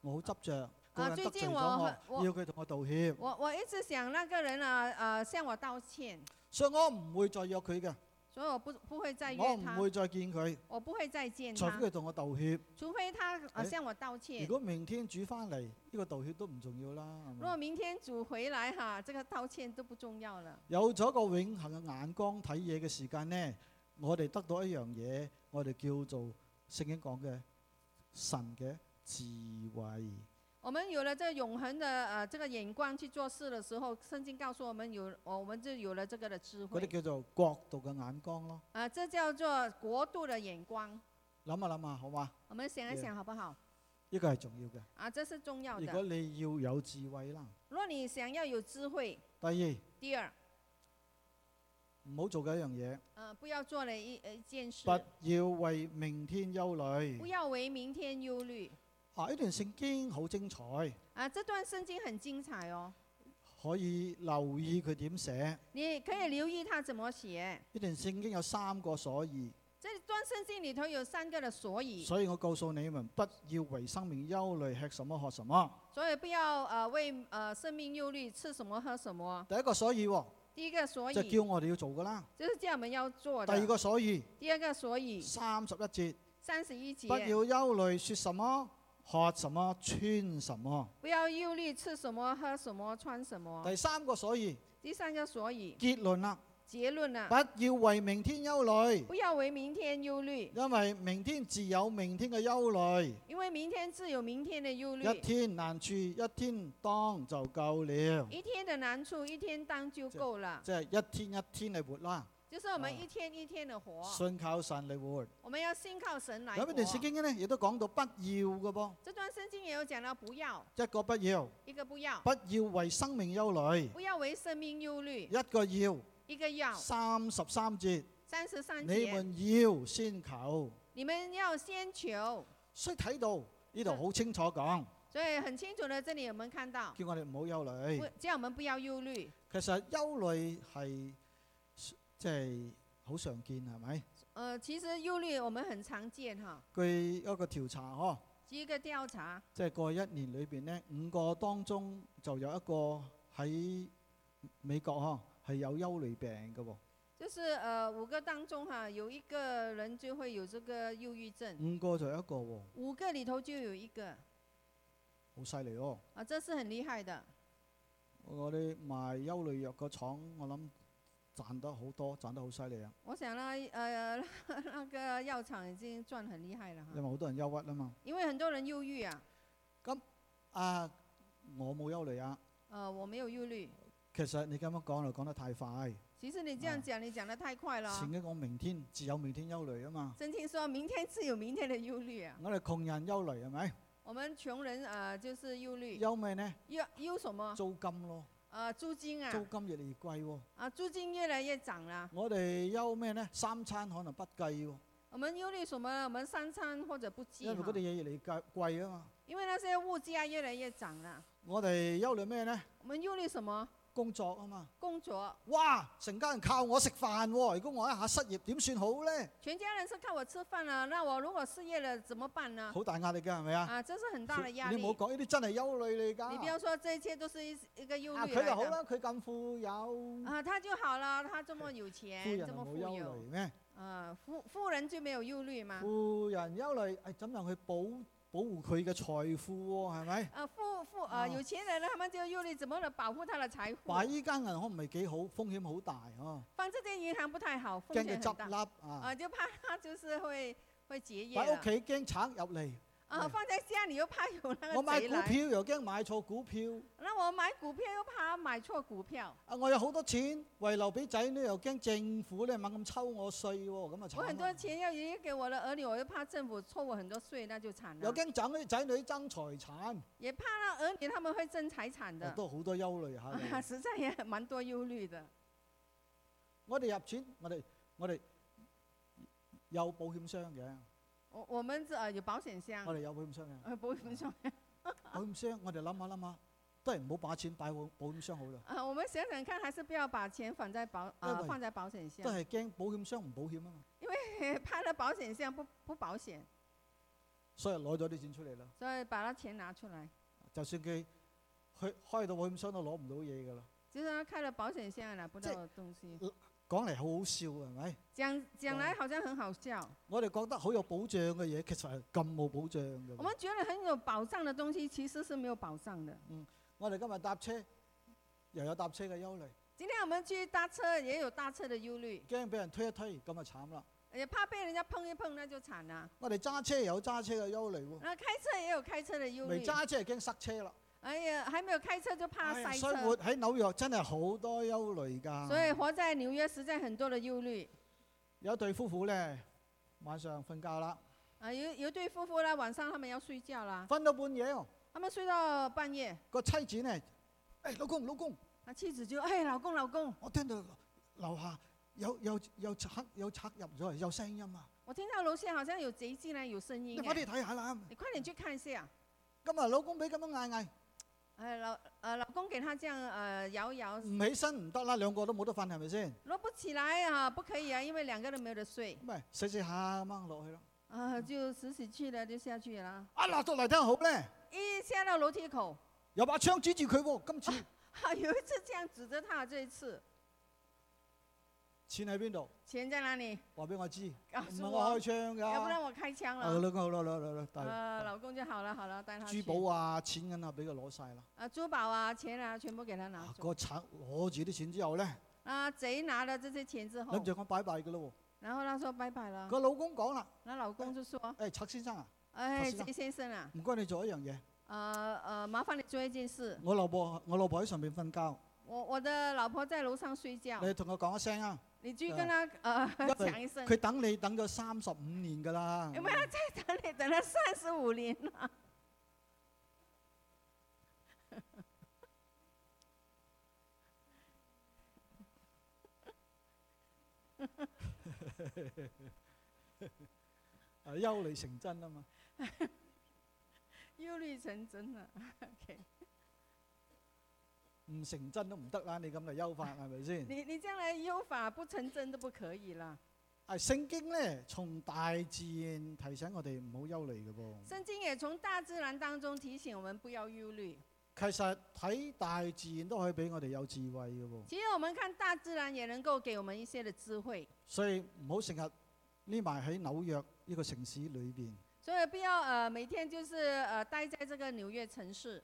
我好執着嗰個人得
最
罪
近
咗
我
我，
我
要佢同我道歉，
我我一直想那个人啊呃向我道歉，
所以我唔會再約佢嘅，
所以我不不会再
我
约
唔
他，
會再見佢，
我不会再见
除
他
非，佢同我道歉。
除非他呃
哎
向我道歉
如。果明天主翻嚟，呢、個道歉都唔重要啦。係咪
如果明天主回来哈，这个道歉都不重要了。
有咗個永恆嘅眼光睇嘢嘅時間呢，我哋得到一樣嘢，我哋叫做聖經講嘅神嘅智慧。
我们有了这永恒的呃这个眼光去做事的时候，圣经告诉我们有，哦我们就有了这个的智
嗰
慧
啲叫做國度嘅眼光咯。
啊、这叫做国度的眼光。
諗下諗下，好嘛？
我们想一想好不好？
呢個係重要嘅。
啊，这是重要
如果
的。
你要有智慧啦，
如果你想要有智慧，
第二
第二，
唔好做嘅一樣嘢，
呃，不要做了一呃一件事，
不要為明天憂
不
慮。
要为明天忧虑
啊，呢段聖經好精彩，
啊。这段圣经很精彩哦，
可以留意佢點寫。
你可以留意它怎么写。
呢段聖經有三個所以。
这段圣经里头有三个的所以，
所以我告訴你們，不要為生命憂慮，吃什麼喝什麼。
所以不要呃为呃生命忧虑，吃什么喝什么。
第一個所以喎，
第一个所以
就叫我哋要做噶啦。
就是叫我们要做
第
的。
二個所以，
第二个所以
三十一節，
三十一节
不，要憂慮，說什麼，喝什麼，穿什麼。
不要忧虑吃什么、喝什么、穿什么。
第三個所以，
第三个所以
結論啦，
结论呢、
不要為明天憂慮，
不要为明天忧虑，
因為明天自有明天嘅憂慮。
因为明天自有明天的忧虑。
一天難處一天當就夠了，
一天的难处一天当就够了，
即係一天一天嚟活啦，
就是我们
啊
一天一天的活，
信靠神嚟活。
我们要信靠神来
咁
活
呢。段聖經呢，亦都講到不要嘅噃。
这段圣经也有讲到不要
一個不要，
一个不要，
不要為生命憂慮；
不要为生命忧虑，
一個要，
一个要
三十三節，
三十三
你
节，
們要先求。
你们要先求。
所以睇到呢度好清楚講，
所以很清楚的，这里我们看到，
叫我哋唔好憂
不
慮。，
叫我们不要忧虑。
其實憂慮係即係好常見，係咪？
呃，其實憂慮我們很常見哈，
據一個調查呵，
一個調查，
即係過去一年裏邊呢，五個當中就有一個喺美國呵係有憂慮病嘅喎。
就是呃五個當中哈，有一個人就會有這個憂鬱症，
五個就有一個喎，
五個裡頭就有一個
好犀利哦！
啊，這是很厲害的。
我哋賣憂慮藥個廠，我諗賺得好多，賺得好犀利啊！
我想呢，呃， 那個藥廠已經賺很厲害了
因為
哈，
好多人憂鬱啊嘛。
因為很多人憂鬱啊，
啊，我冇憂慮啊。
呃，我沒有憂慮。
其實你咁樣講就講得太快。
其實你這樣講，你講得太快了啊。
前一講明天自有明天憂慮啊嘛。
真聽說明天自有明天的憂慮啊，
我哋窮人憂慮係咪？
我們窮人呃就是憂慮，
憂咩呢？
憂憂什麼？
租金咯，
呃，租金啊
租，金越嚟越貴喎。
啊，租金越來越漲啦。
我哋憂咩呢？三餐可能不計喎，
我们忧虑什么呢？我们三餐或者不计
因為嗰
哈，
啲嘢越嚟越貴貴啊嘛。
因为那些物价越来越涨了。
我哋憂慮咩呢？
我们忧虑什么？
工作啊嘛。
工作，
哇！成家人靠我食飯喎，如果我一下失業點算好呢？
全家人是靠我吃饭啊，那我如果失业了怎么办呢？
好大壓力㗎係咪啊？
啊，这是很大的压
你
力。
唔好
你
講呢啲真係憂慮嚟㗎。
不要说这一切都是一一个忧
啊，
虑
佢
来
就好
的。
啦，佢咁富有，
啊，他就好了，他这么有
富
钱，
人
这么
冇
富
憂
有
慮，咩？
啊，富富人就没有忧虑吗？
富人憂慮，誒怎樣去保保護佢嘅財富喎？係咪？
啊，富富
啊
啊，有钱人呢，他们就忧虑怎么能保护他的财富。
話依間銀行唔係幾好，風險好大哦，
放这间银行不太好，
驚
风
佢
险很大
執。笠啊！
啊，就怕他就是会 会结业
喺
了
屋。企驚賊入嚟，
啊，
嗯
放在家里又怕有那
我
个
買
贼
股
来，
票又驚買錯股票，
那我买股票又怕买错股票，
啊我有好多錢遺留俾仔女，又驚政府咧猛咁抽我税喎，咁啊
我很
慘
多
啦！
钱要爷爷给我的儿女，我又怕政府抽我很多税，那就惨
又
了。
驚仔女仔女爭財產，
也怕那儿女他们会争财产的，
都好多憂慮下
啊，
你。
实在也蛮多忧虑的。
我哋入錢，我哋我哋有保險箱嘅，
啊我我们这呃有保险箱
我，哋有保險箱嘅。
呃保险 箱，
保險箱我哋諗下諗下，都係唔好把錢擺保保險箱好啦，
呃我们想想看，还是不要把钱放在保
因
呃
为
放在保险箱
都，係驚保險箱唔保險啊嘛，
怕了保险箱不不保险，
所以攞咗啲錢出嚟啦。
所以把那钱拿出来。
就算佢去開到保險箱都攞唔到嘢㗎啦。
就是他开了保险箱拿不
这
到东西，
講嚟好好笑啊，係咪？
讲讲来好像很好笑。
我哋覺得好有保障嘅嘢，其實係咁冇保障嘅
我
喎。
们觉得很有保障的东西，其实是没有保障的。
我哋今日搭車又有搭車嘅憂慮，
今天我们去搭车也有搭车的忧虑，
驚俾人推一推咁啊慘啦。
也怕被人家碰一碰，那就惨了。
我哋揸車又有揸車嘅憂慮喎，
那开车也啊有开车的忧
未
虑，
揸車係驚塞車啦。
哎呀，还没有开车就怕
哎呀
塞
生活啊
车，
喺紐約真係好多憂慮㗎。
所以活在纽约实在很多的忧虑。
有一對夫婦咧，晚上瞓覺啦，
啊，有有对夫妇呢，晚上他们要睡觉啦，
瞓到半夜喎，
他们睡到半夜，
個妻子咧，誒、老公老公，
那妻子就哎，老公老公，
我聽到樓下有有有賊有賊入咗嚟，有聲音啊，
我听到楼下好像有贼进来，有声
你
音、
快
哎，
啲睇下啦。
你快点去看一下。
咁啊，老公俾咁樣嗌
哎，老呃老公给他这样呃摇一摇
嗌，，唔起身唔得啦，兩個都冇得瞓係咪先？
挪不起来啊，不可以啊，因为两个人没得睡，
咁咪死死下咁掹落去咯。
啊，就死死去了就下去了，
啊落到嚟睇下好咧，
一下到楼梯口，
有把槍指住佢喎。今次
啊， 有一次这样指着他，这一次
錢喺邊度？
钱在哪里？
話俾我知，
告
唔
诉
係
我
我，開槍 㗎。
要不然我开枪
啊
了。
老公好啦好啦好啦，帶
呃，老公就好了，好了，带他去
珠。寶啊、錢銀啊，俾佢攞晒啦。
啊，珠宝啊，钱啊，全部给他拿
啊
走。
個賊攞住啲錢之後咧，
啊，贼拿了这些钱之后
諗，住我拜拜嘅咯
然后他说拜拜了
喎。。個老公講啦：，
那老公就说
誒、賊先生啊，
哎，
先生
贼先生啊，
唔該你做一樣嘢，
呃呃，麻烦你做一件事，
我老婆我老婆喺上面瞓覺，
我我的老婆在楼上睡觉，
你同佢講一聲啊。
你去跟她
因
呃
为
讲一声，
佢等你等咗三十五年㗎 啦，
因为她在等你等了三十五年了，
啊憂慮成真啊嘛。
忧虑成真了。OK，
唔成真都唔得啦，你咁嚟優化係咪先？
你你将来忧法不成真都不可以啦。
啊，聖經咧從大自然提醒我哋唔好憂慮嘅噃。
圣经也从大自然当中提醒我们不要忧虑。
其實睇大自然都可以俾我哋有智慧嘅喎，
其实我们看大自然也能够给我们一些的智慧，
所以唔好成日匿埋喺紐約呢個城市裏邊。
所以不要呃每天就是呃待在这个纽约城市，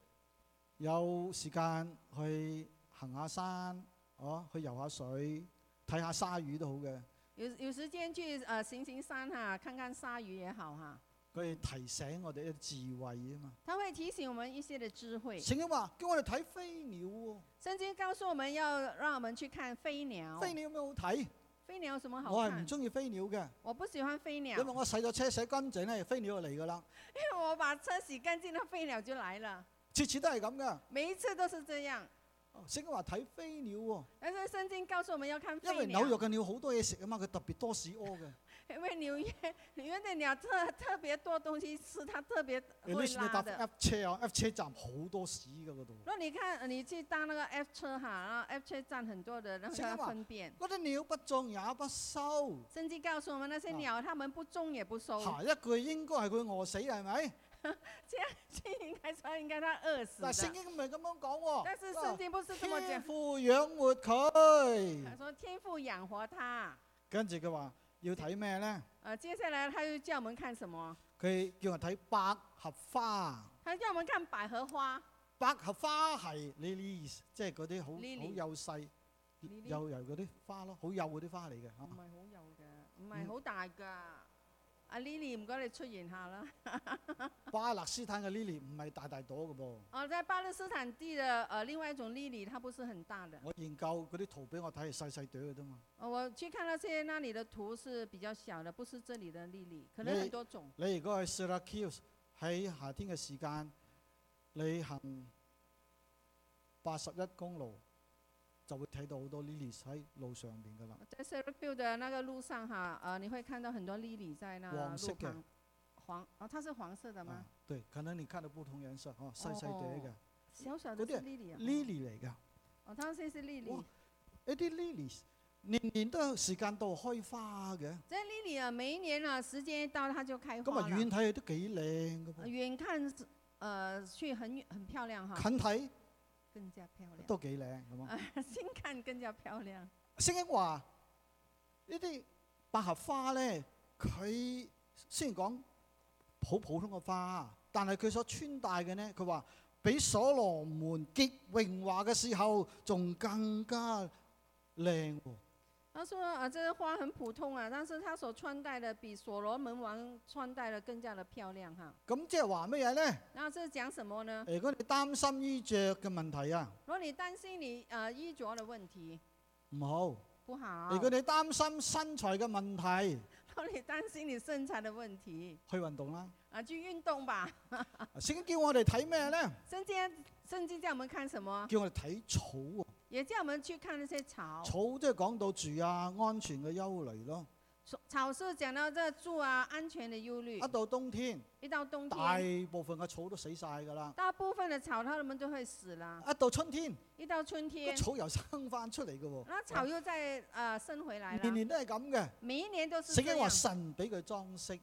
有時間去行下山，哦，去游下水，睇下鯊魚都好嘅。
有有时间去呃行行山哈、看看鲨鱼也好哈、
佢哋提醒我哋嘅智慧啊嘛。
它会提醒我们一些的智慧。
聖經話叫我哋睇飛鳥喎、
圣经告诉我们要让我们去看飞鸟，
飛鳥有咩好睇？
飞鸟有什么啊好啊
我係
看
唔？中意飛鳥嘅，
我不喜欢飞鸟，
因為
因
我洗咗車洗乾淨咧，飛鳥就嚟㗎啦。
为 我把车洗干净，那飞鸟就来了。
次次都係咁嘅。哦
每一次都是这样。
聖經話睇飛鳥喎、
但是聖經告诉我们要看
因
飞
為紐約
鳥，
嘅鳥好多嘢食啊嘛，佢特別多屎屙 嘅。
因为纽约纽约的鸟特特别多东西吃，它特别
你
会
listen
拉
搭
的。
F 車啊，F 車站好多屎㗎嗰度。
如果你看你去搭那个 F 车哈，然后 F 车站很多的，然后
圣经
要
话
分辨。
嗰啲鳥不種也不收，
圣经告诉我们那些
啊
鸟，它们不种也不收，
下一句應該係佢餓死係咪？
这 应该说应该它饿死
但聖
的。
經唔係咁樣講
但是
啊
圣经不是这么
喎，
讲
天。父養活佢
他。说天父养活他。
跟住佢話要睇咩咧？
呃，接下来他又叫我们看什么？
佢叫人睇百合花。
他叫我们看百合花，
百合花係 lilies，即係嗰啲好
Lily
好幼細、
Lily 嗯
幼幼嗰啲花咯，好幼嗰啲花嚟嘅
唔
嚇。
係好幼嘅，唔係好大嗯噶。阿哦啊 Lily，唔該你出現下啦。
巴勒斯坦嘅 lily 唔係大大朵嘅噃，
哦，在巴勒斯坦地的呃另外一種 Lily，它不是很大的。哦
我研究嗰啲圖俾我睇係細細朵嘅啫嘛。
呃我去看那些那里的图是比較小的，不是这里的 Lily，可能
你
很多種。
你如果去 Syracuse 喺夏天嘅時間，你行八十一公路，就會睇到好多 lilies 喺路上邊噶啦。
在 s e r i b i l 的那个路上哈，呃，你会看到很多 lily 在那
黄色
路
嘅
旁，黄哦，它是黄色的吗？
啊，對，可能你看到不同顏色，哦，細細哋嘅
小小的
嗰啲
是
係
lily 啊，
lily 嚟㗎。
哦，它是是 lily
哇。呢啲 lilies 年年都有時間到開花嘅，
这 lily 啊，每一年啊，時間一到它就開
咁
花
啊
了。
遠睇都幾靚嘅
呃
噃，
遠看是，呃，去很遠很漂亮哈，
近睇
更加漂 亮。
都幾靚咁啊！
啊，近看更加漂亮。
聖經話呢啲百合花咧，佢雖然講好普通嘅花，但係佢所穿戴嘅呢，佢話比所羅門結榮華嘅時候仲更加靚喎。
他說啊，這個花很普通啊，但是他所穿戴的比所羅門王穿戴的更加的漂亮哈。
咁即係話咩嘢呢？
那這講什麼呢？
如果你擔心衣着嘅問題啊，
如果你擔心你呃衣着的問題
唔好。
不好，
如果你擔心身材嘅問題，
如果你擔心你身材的問題
去運動啦。
啊，去運動吧。
聖經叫我哋睇咩呢？
聖經聖經叫我們看什麼？
叫我哋睇草喎。
也叫我們去看那些草。
草即係講到住啊，安全嘅憂慮咯。
草草是講到這住啊安全的憂
一
慮，
到冬天，
一到冬
大
天，
部分嘅草都死晒㗎啦。
大部分的草它們都會死了。
一到春天，
一到春
個
啊天，
草又生翻出嚟嘅喎。
那草又再呃生回來
年
了。
年都係咁嘅。
每一年都是
聖
這
經話
樣。
神俾佢裝飾喎。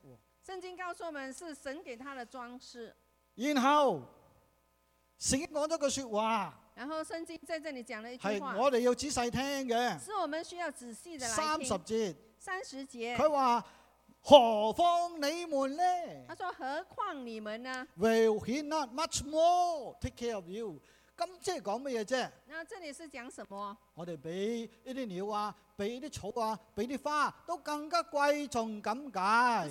聖經告訴我們是神給它的裝飾。
然後聖經講咗句説話，
然後聖經在這裡講了一句
係
話，
我哋要仔細聽嘅。
是我們需要仔細的來
三
聽。
十節，
三十節，
佢話何況你們呢？
他說：何況你們呢？
Will he not much more take care of you？咁即係講乜嘢啫？
那這裡是講什麼？
我哋俾呢啲鳥啊，俾啲草啊，俾啲花都更加貴重咁
就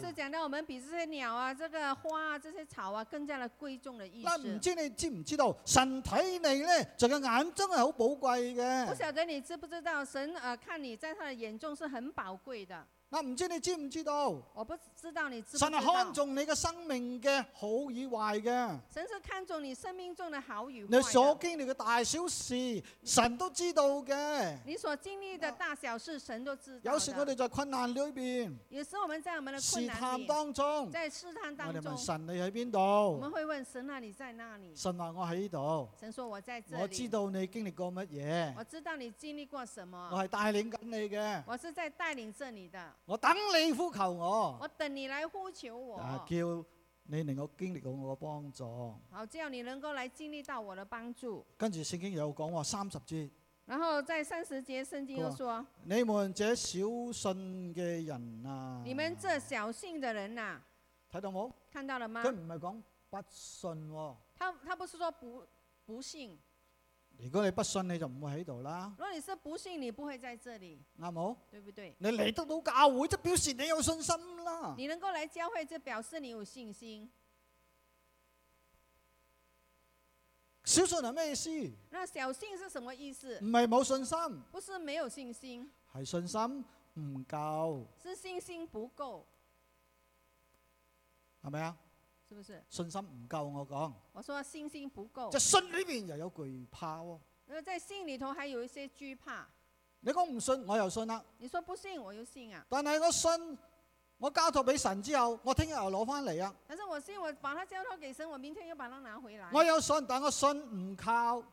是
解。
講到我們比這些鳥啊、這個花啊、這些草啊更加的貴重的意
嗱，唔
思。
知你知唔知道神睇你呢，就嘅眼睛係好寶貴
不
嘅。
曉得你知不知道，神呃看你在他的眼中是很寶貴的。
嗱，唔知你知唔知道？
我不知道你知不
神
知
係看
道，
重你嘅生命嘅好與壞嘅，
神是看重你生命中的好與
你所
壞的。
經歷嘅大小事，神都知道嘅。
你所經歷的大小事，神都知道
有時我
的。
哋在困難裏邊、
有時我們在我們的困
試
難
探
裏，
當中，
在試探
我
當
哋
中
問，神你喺邊
我
度？
們會問神啊，你在那裡？
神話我喺度，
神說：我在這
我知
裡。
道你經歷過乜嘢，
我知道你經歷過什
我
麼，
係帶領緊你嘅，
我是在帶領着你的，
我等你呼求我，
我等你來呼求
哦啊
我，
叫你能夠經歷到我嘅幫助。
好叫你能夠來經歷到我的幫助。
跟住聖經有講話三十節，
然後在三十節聖經又說。
你們這小信嘅人啊，
你们这小信的人呐、
睇到冇？
看到了吗
佢？唔係講不信喎，
他他不是说不不信，
如果你不信你就唔會喺度啦
如，果你是不信，你不会在这里，
啱冇？
对不对？
你嚟得到教會，即表示你有信心啦。
你能够来教会，这表示你有信心。
小信係咩意思？唔
那小信是什么意思？
係冇信心。
不是没有信心，
係信心唔夠，
是信心不够，
係咪啊？
是不是？
信心唔夠，我講，
我说信心不够
即係，信裏邊又有懼怕喎、
因为在信里头还有一些惧怕。
你講唔信，我又信啦。
你说不信，我又信啊。
但係我信，我交託俾神之後，我聽日又攞翻嚟啊。
但是我信，我把它交托给神，我明天又把它拿回来。
我有信，但我信唔靠呢、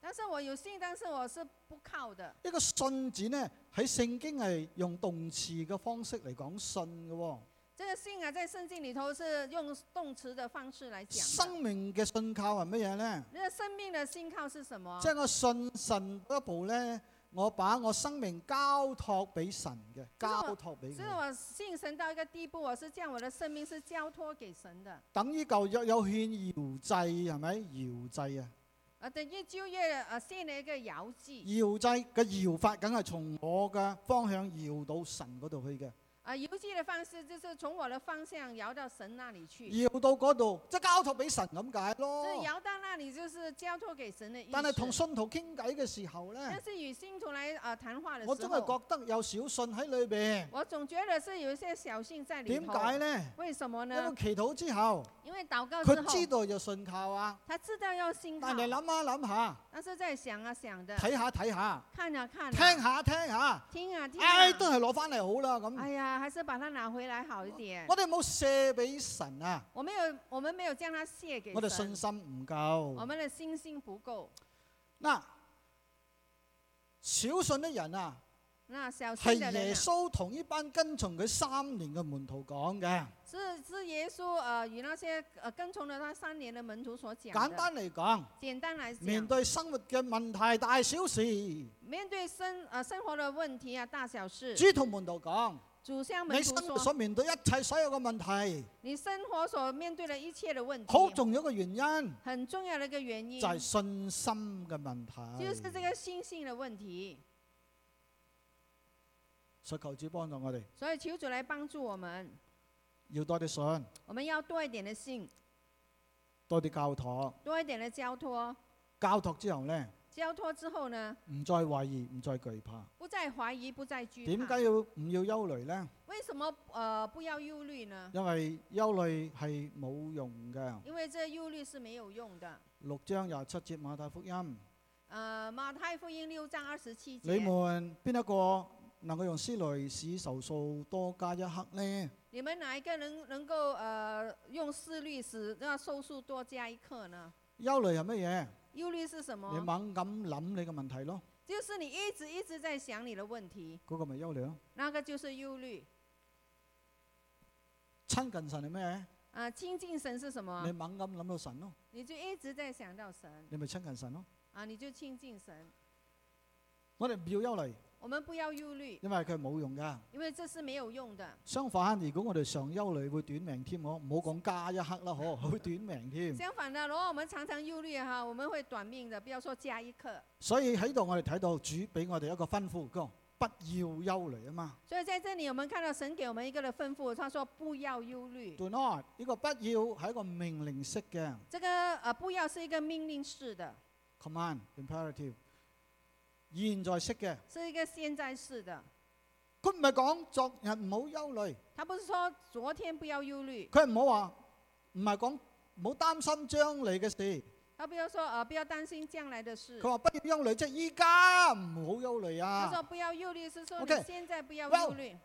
但是我有信，但是我是不靠的。
個信字呢，喺聖經係用動詞嘅方式嚟講信嘅、喎。
这个信啊，在圣经里头是用动词的方式来讲的。
生命嘅信靠係乜嘢呢？
那生命的信靠是什么？
即係我信神嗰一步呢，我把我生命交託俾神嘅，交託俾
所以
佢。
我信神到一个地步，我是将我的生命是交托给神的。
等於舊約有獻搖祭係咪？搖祭啊，
啊，等于就业啊，献了一个遥祭
搖祭嘅搖法梗係從我嘅方向搖到神嗰度去嘅。
啊，邮寄的方式就是从我的方向摇到神那里去，
搖到嗰度，即係交託俾神咁解咯。
就是摇到那里就是交托给神的意思。
但係同信徒傾偈嘅時候呢，
但是与信徒来啊谈话的
我
时
總
候，
係覺得有小信喺裏边。
我总觉得是有一些小信在里
點
头。
解呢？
为什么
因為
呢？
祈禱之後，
因为祷告之
佢知
后，
道就信靠啊。
他知道要信靠
但，係諗下諗下，
但是在想啊想的，
睇下睇下，
看啊看
聽
啊，
下聽下，
听啊听
唉，
啊，
都係攞翻嚟好啦咁。
哎呀，还是把它拿回来好一点。
我哋冇卸俾神啊，
我没有，我们没有将它卸给
我哋
神
信心唔
我
夠。
们的信心不够。
嗱，小信的人啊，
那小
係
信的人
耶
啊
穌同呢班跟從佢三年嘅門徒講嘅。
是是耶稣呃与那些呃跟从了他三年的门徒所讲的。啊
簡單嚟講，
简单来讲，
面對生活嘅問題大小事，
面对生呃生活的问题啊大小事，
主同門徒講：
主向门
你生
徒
活
说，
所面對一切所有嘅問題，
你生活所面对的一切的问题，
好重要嘅原因
很重要的一个原因
就係信心嘅問
就是这
題。
个心性的问题。
所以求主幫助我哋，
所以求主来帮助我们，
要多啲信，
我们要多一点的信，
多啲教托。
多一点的交托。
教托之後呢，
交托之后呢，
唔再懷疑，唔再懼怕。
不再怀疑，不再惧
點
怕
解。要唔要憂慮呢？
为什么呃不要忧虑呢？
因為憂慮係冇用嘅。
因为这忧虑是没有用的。
六章廿七節馬太福音。
呃，马太福音六章二十七节，
你們邊一個能夠用思慮使受數多加一刻呢？
你们哪一个能能够呃用思虑使那寿数多加一刻呢？
憂慮係乜
忧虑是什
嘢？你
么？
猛咁諗你嘅問題咯，
就是你一直一直在想你的问题，
嗰、個咪憂慮咯。
那个就是忧虑。
親近神係咩？
啊、亲近神是什么
你？猛咁諗到神咯，
你就一直在想到神
你咪親近神咯。
啊，你就亲近神。
我哋唔要憂慮，
我们不要忧虑，
因為佢係冇用㗎。
因为这是没有用的。
相反，如果我哋常憂慮，會短命添。我唔好講加一刻啦，可會短命添。
相反的，如果我们常常忧虑哈，我们会短命的。不要说加一刻。
所以喺度我哋睇到主俾我哋一個吩咐，佢話不要憂慮啊嘛。
所以在这里，我们看到神给我们一个的吩咐，他说不要忧虑。
Do not 呢個不要係一個命令式嘅。
这个呃不要是一个命令式的，
command imperative，現在式嘅，
是一个现在式的。
佢唔係講昨日唔好憂慮，
他不是说昨天不要忧虑，
佢唔好話唔係講唔好擔心將來嘅事，
他不要说呃不要担心将来的事
佢。話不要憂慮，即係依家唔好憂慮
他说
啊！
不要忧虑，是说
OK，
你现在不要
well，
忧虑。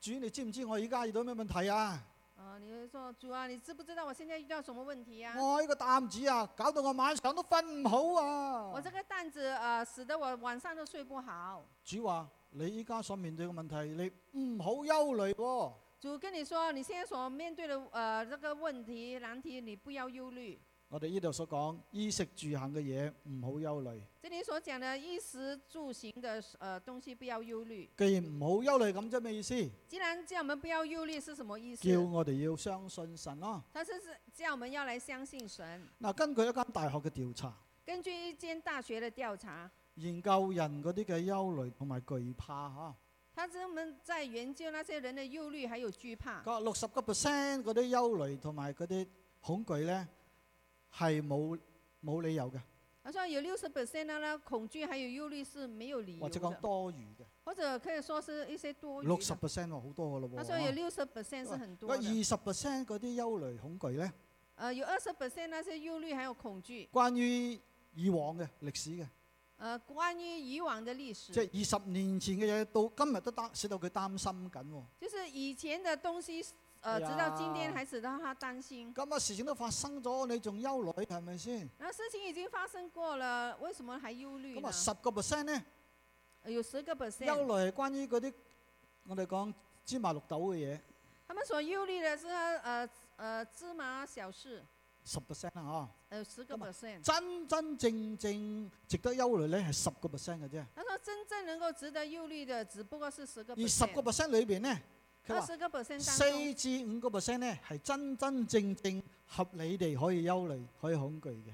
主你知唔知我依家遇到咩問題啊？
啊，你就说主啊，你知不知道我现在遇到什么问题呀、
我呢個擔子啊，搞到我晚上都瞓唔好
我
啊
这！个担子呃使得我晚上都睡不好。
主話你依家所面對嘅問題，你唔好憂慮喎，
主跟你说，你现在所面对的呃这个问题难题，你不要忧虑。
我哋呢度所講衣食住行嘅嘢唔好憂慮。
这里所讲的衣食住行的呃东西不要忧虑。
既然唔好憂慮咁，即係咩意思？
既然叫我们不要忧虑，是什么意思？
叫我哋要相信神咯、
他是是叫我们要来相信神。
嗱，根據一間大學嘅調查，
根据一间大学的调查，
研究人嗰啲嘅憂慮同埋懼怕嚇，
他专门在研究那些人的忧虑还有惧怕
佢。話六十個 percent 嗰啲憂慮同埋嗰啲恐懼咧係冇冇理由嘅，
他说有六十 percent 的呢恐惧还有忧虑是没有理由
或者講
的，
多餘嘅。
或者可以说是一些多余
六十
的。
percent 喎，好多噶
他
咯
说有
喎。
六十 percent 是很多
二
的，
十 percent 嗰啲憂慮恐懼咧，
呃，有二十 percent 那些忧虑还有恐惧，
關於以往嘅歷史嘅，
呃，关于以往的历史
即，係二十年前嘅嘢，到今日都擔使到佢擔心緊喎。
就是以前的东西，
哎
呃，直
呀
到今天还使得他担心。
咁啊，事情都發生咗，你仲憂慮係咪先？
那事情已经发生过了，为什么还忧虑
咁
呢
啊，？十個 percent 咧。
呃有十个 percent
憂慮係關於嗰啲我哋講芝麻綠豆嘅嘢，
他们所忧虑的是呃呃芝麻小事，
十 percent 啦
呃十个
那么
percent。
嗬，真真正正值得憂慮咧係十個 percent 嘅啫，
他说真正能够值得忧虑的，只不过是十个
而十個
percent，
percent 裏邊咧，佢
二
話
十个 percent 当中，
四至五個 percent 咧係真真正正合理地可以憂慮、可以恐懼嘅。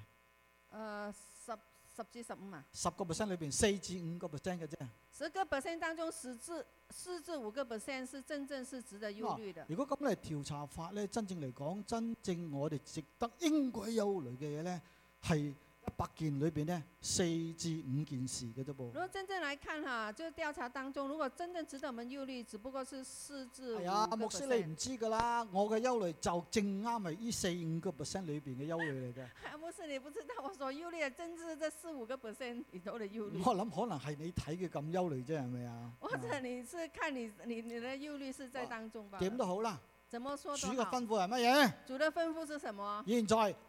呃十十至十五啊，
十個 percent 裏邊四至五個 percent 嘅啫。
十个 percent 当中十至四至五个 percent 是真正是值得忧虑的。
如果咁嚟調查法咧，真正嚟講，真正我哋值得應該憂慮嘅嘢咧，係一百件裏邊咧四至五件事嘅啫
如
噃。
果真正来看哈，就是调查当中，如果真正值得我们忧虑，只不过是四至五
係
个
啊，牧師你
percent。
唔知㗎啦，我嘅憂慮就正啱係呢四五個 percent 裏邊嘅憂慮嚟嘅。
牧师，你不知道我所忧虑的，真是这四五个 percent 里头的忧虑。
我諗可能係你睇嘅咁憂慮啫，係咪啊？
或者你是看你你你的忧虑是在当中吧
啊？點都好啦，
怎么说
主
都
嘅
好，
吩咐係乜嘢？
主的吩咐是什么？
現在不要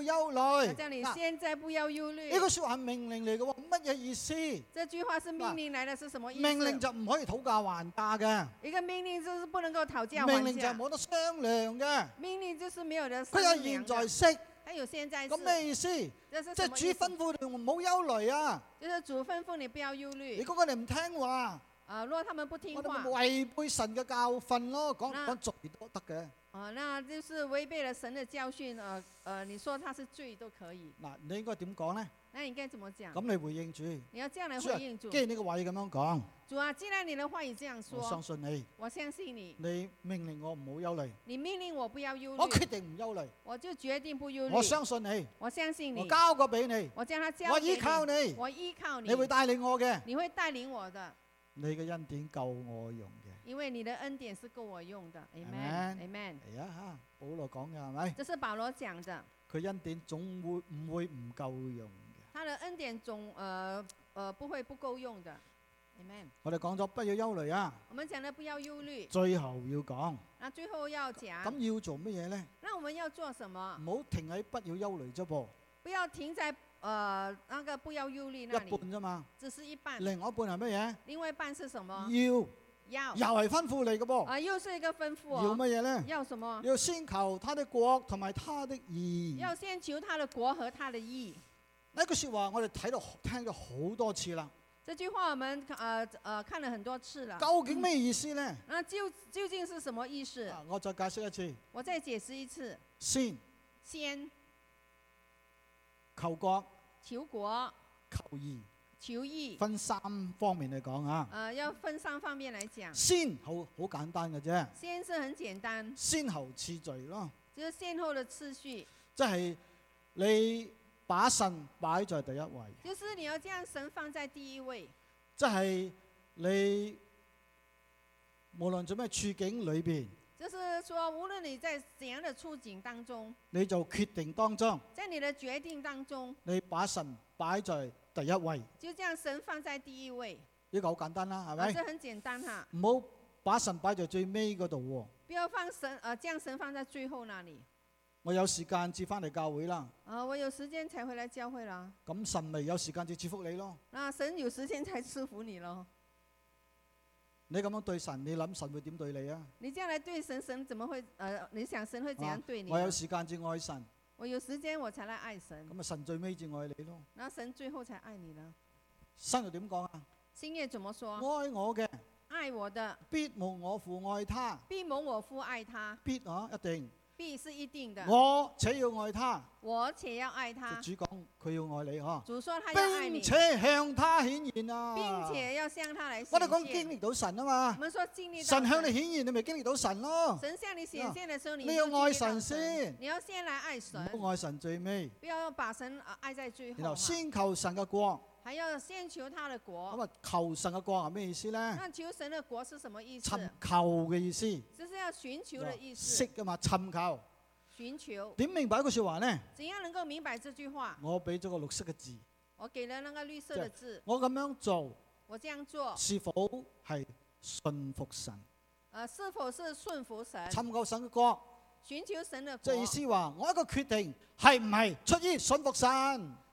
憂慮。
他叫你
嗱
现在不要忧虑
呢。句说話係命令嚟嘅喎，乜嘢意思？
这句话是命令来的，是什么意思？
命令就唔可以討價還價嘅。
一个命令就是不能够讨价
命
还
令就
价，
冇得商量嘅。
命令就是没有的商
佢有
量
現
的。
在式，
还有现在
咁
是，
咩意思？即
这是什
係
么意
主
思？
吩咐你唔好憂慮啊！
就是主吩咐你不要忧虑
如。果佢哋唔聽話，
啊，若他们不听
我哋
话啊
咪，違背神嘅教訓咯。講
嗱
講罪都得嘅。
啊，那就是违背了神的教训。呃呃，你说他是罪都可以，
嗱，你應該點講呢？
那你应该怎么讲？
咁你回應主，
你要这样来
主啊
回应啊主啊
既。然你嘅話語咁樣講，
主啊，既然你的话语这样
我
说
相，信你。
我相信你，
你命令我唔好憂慮，
你命令我不要忧
我
虑，
決定唔憂慮。
我就决定不忧虑
我。相信你，
我相信
我
啊你，
交過俾你，
我将它交
我
给
依靠
你，
你，
我依靠你
你，會帶領我嘅。
你会帶領我的，
你嘅恩典夠我用嘅。
因为你的恩典是够我用的。
Amen
Amen，Amen。
係啊，嚇，保羅講嘅係咪？
这是保罗讲的，
佢恩典總會唔會唔夠用嘅。
他的恩典总呃呃不会不够用的。Amen。
我哋講咗不要憂慮啊，
我们讲的不要忧虑，
最後要講，
那最后要讲，
咁要做乜嘢呢？
那我們要做什么？
唔好停喺不要憂慮啫噃，
不要停在呃那个不要忧虑那
一
里，
半啫嘛。
只是一半，
另外一半係乜嘢？
另外一半是什么？
要
要
又係吩咐你嘅
啊、
噃，
又是一个吩咐
要
哦，
乜嘢呢？
要什么？
要先求他的國同埋他的義。
要先求他的国和他的义。
呢句説話我哋睇到聽咗好多次啦，
这句话我们呃呃看了很多次了。
究竟咩意思呢？
那究究竟是什么意思？
啊我再解釋一次，
我再解释一次：
先
先
求國
求国、
求義。
求义，
分三方面嚟講啊。
呃，要分三方面来讲。
先後好簡單嘅啫，
先是很简单，
先後次序咯，
就是先后的次序，
即係你把神擺在第一位，
就是你要将神放在第一位，
即係你無論做咩處境裏邊，
就是说，无论你在怎样的处境当中，
你就決定當中，
在你的决定当中，
你把神擺在第一位，呢、
就将神放在第一位，
個好簡單啦，係
啊，
咪？
这很简单哈，
唔好把神擺在最尾嗰度喎。
不要放神，呃，将神放在最后那里。
我有時間至翻嚟教會啦，
啊，我有时间才回来教会啦，
咁神咪有時間至賜福你咯。
那神有时间才赐福你咯。
你咁樣對神，你諗神會點對你啊？
你将来对神，神怎么会？呃，你想神会怎样对你呢？
我有時間至愛神。
我有时间我才来爱神，
咁啊，神最尾至愛你咯。
然后神最后才爱你呢。
新約點講啊？
新月怎么说？
愛我嘅
爱我的
必無我父愛他，
必蒙我父爱他，
必啊一定，
必是一定的。
我且要愛他。
我且要爱他。
就主講佢要愛你嗬，
主说他要爱你
並，且向他顯現啊！
并且要向他来
我哋講
显
經
现。
歷到神啊
我
嘛，
们说经历到
神向你
神，
顯現，你咪經歷到神咯。
神向你显现的时候，你
你要
就经历
愛
到
神先
你要先来爱神，
唔好愛神最尾，
不要把神呃爱在最
然
后
後
啊，
先求神嘅國。
还要先求他的国。
咁啊，求神嘅國係咩意思呢？
那求神的国是什么意思？
尋求嘅意思，
就是要寻求的意
識
思。
㗎嘛，尋求。
寻求，
點明白一句説話呢？
怎样能够明白这句话？
我俾咗個綠色嘅字，
我给了那个绿色
对
的字，
我咁樣做。
我这样做，
是否係信服神？
呃，是否是顺服神，
尋求神嘅國，
寻求神的
即
国
係？意思
哦
話，我一個決定係唔係出於信服神？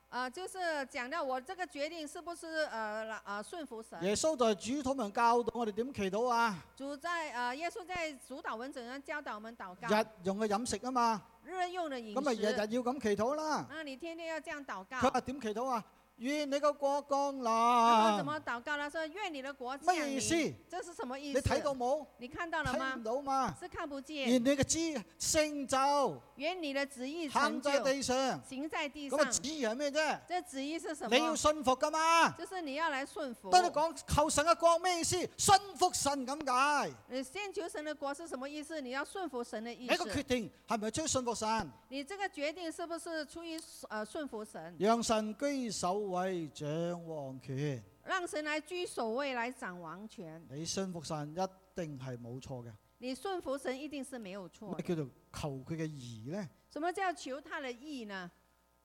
呃，就是讲到我这个决定是不是呃来呃顺服神？
耶穌在主禱文教導我哋點祈禱啊？
主在呃，耶稣在主导文怎样教导我们祷告，
日用嘅飲食啊嘛，
日用的饮
咁咪日日
食，哎啊
要咁祈禱啦。
那你天天要这样祷
佢
告。
話點祈禱啊？願你個國
那
降
么怎
臨。
么祷告呢？说愿你的国降
乜嘢意思？
临。这是什么意
你
思？
睇到冇？
你看到了
睇
吗
唔？到嘛？
是看不见。
願你嘅知成就
愿你的旨意成
行
就
在，地上。
行在地上
咁。啊，旨意係咩啫？
这旨意是什
你要
么？
信服噶嘛？
就是你要来顺服。
當你講求神嘅國咩意思？信服神咁解。
你先求神的国是什么意思？你要顺服神的意
你個
思
決。定係咪將信服神？
你这个决定是不是出于呃顺服神，
讓神居首位掌王權。
让神来居首位来掌王权？
你信服神一定係冇錯嘅。
你顺服神一定是没有错
咩
的。
叫做求佢嘅義呢？
什么叫求他的意呢？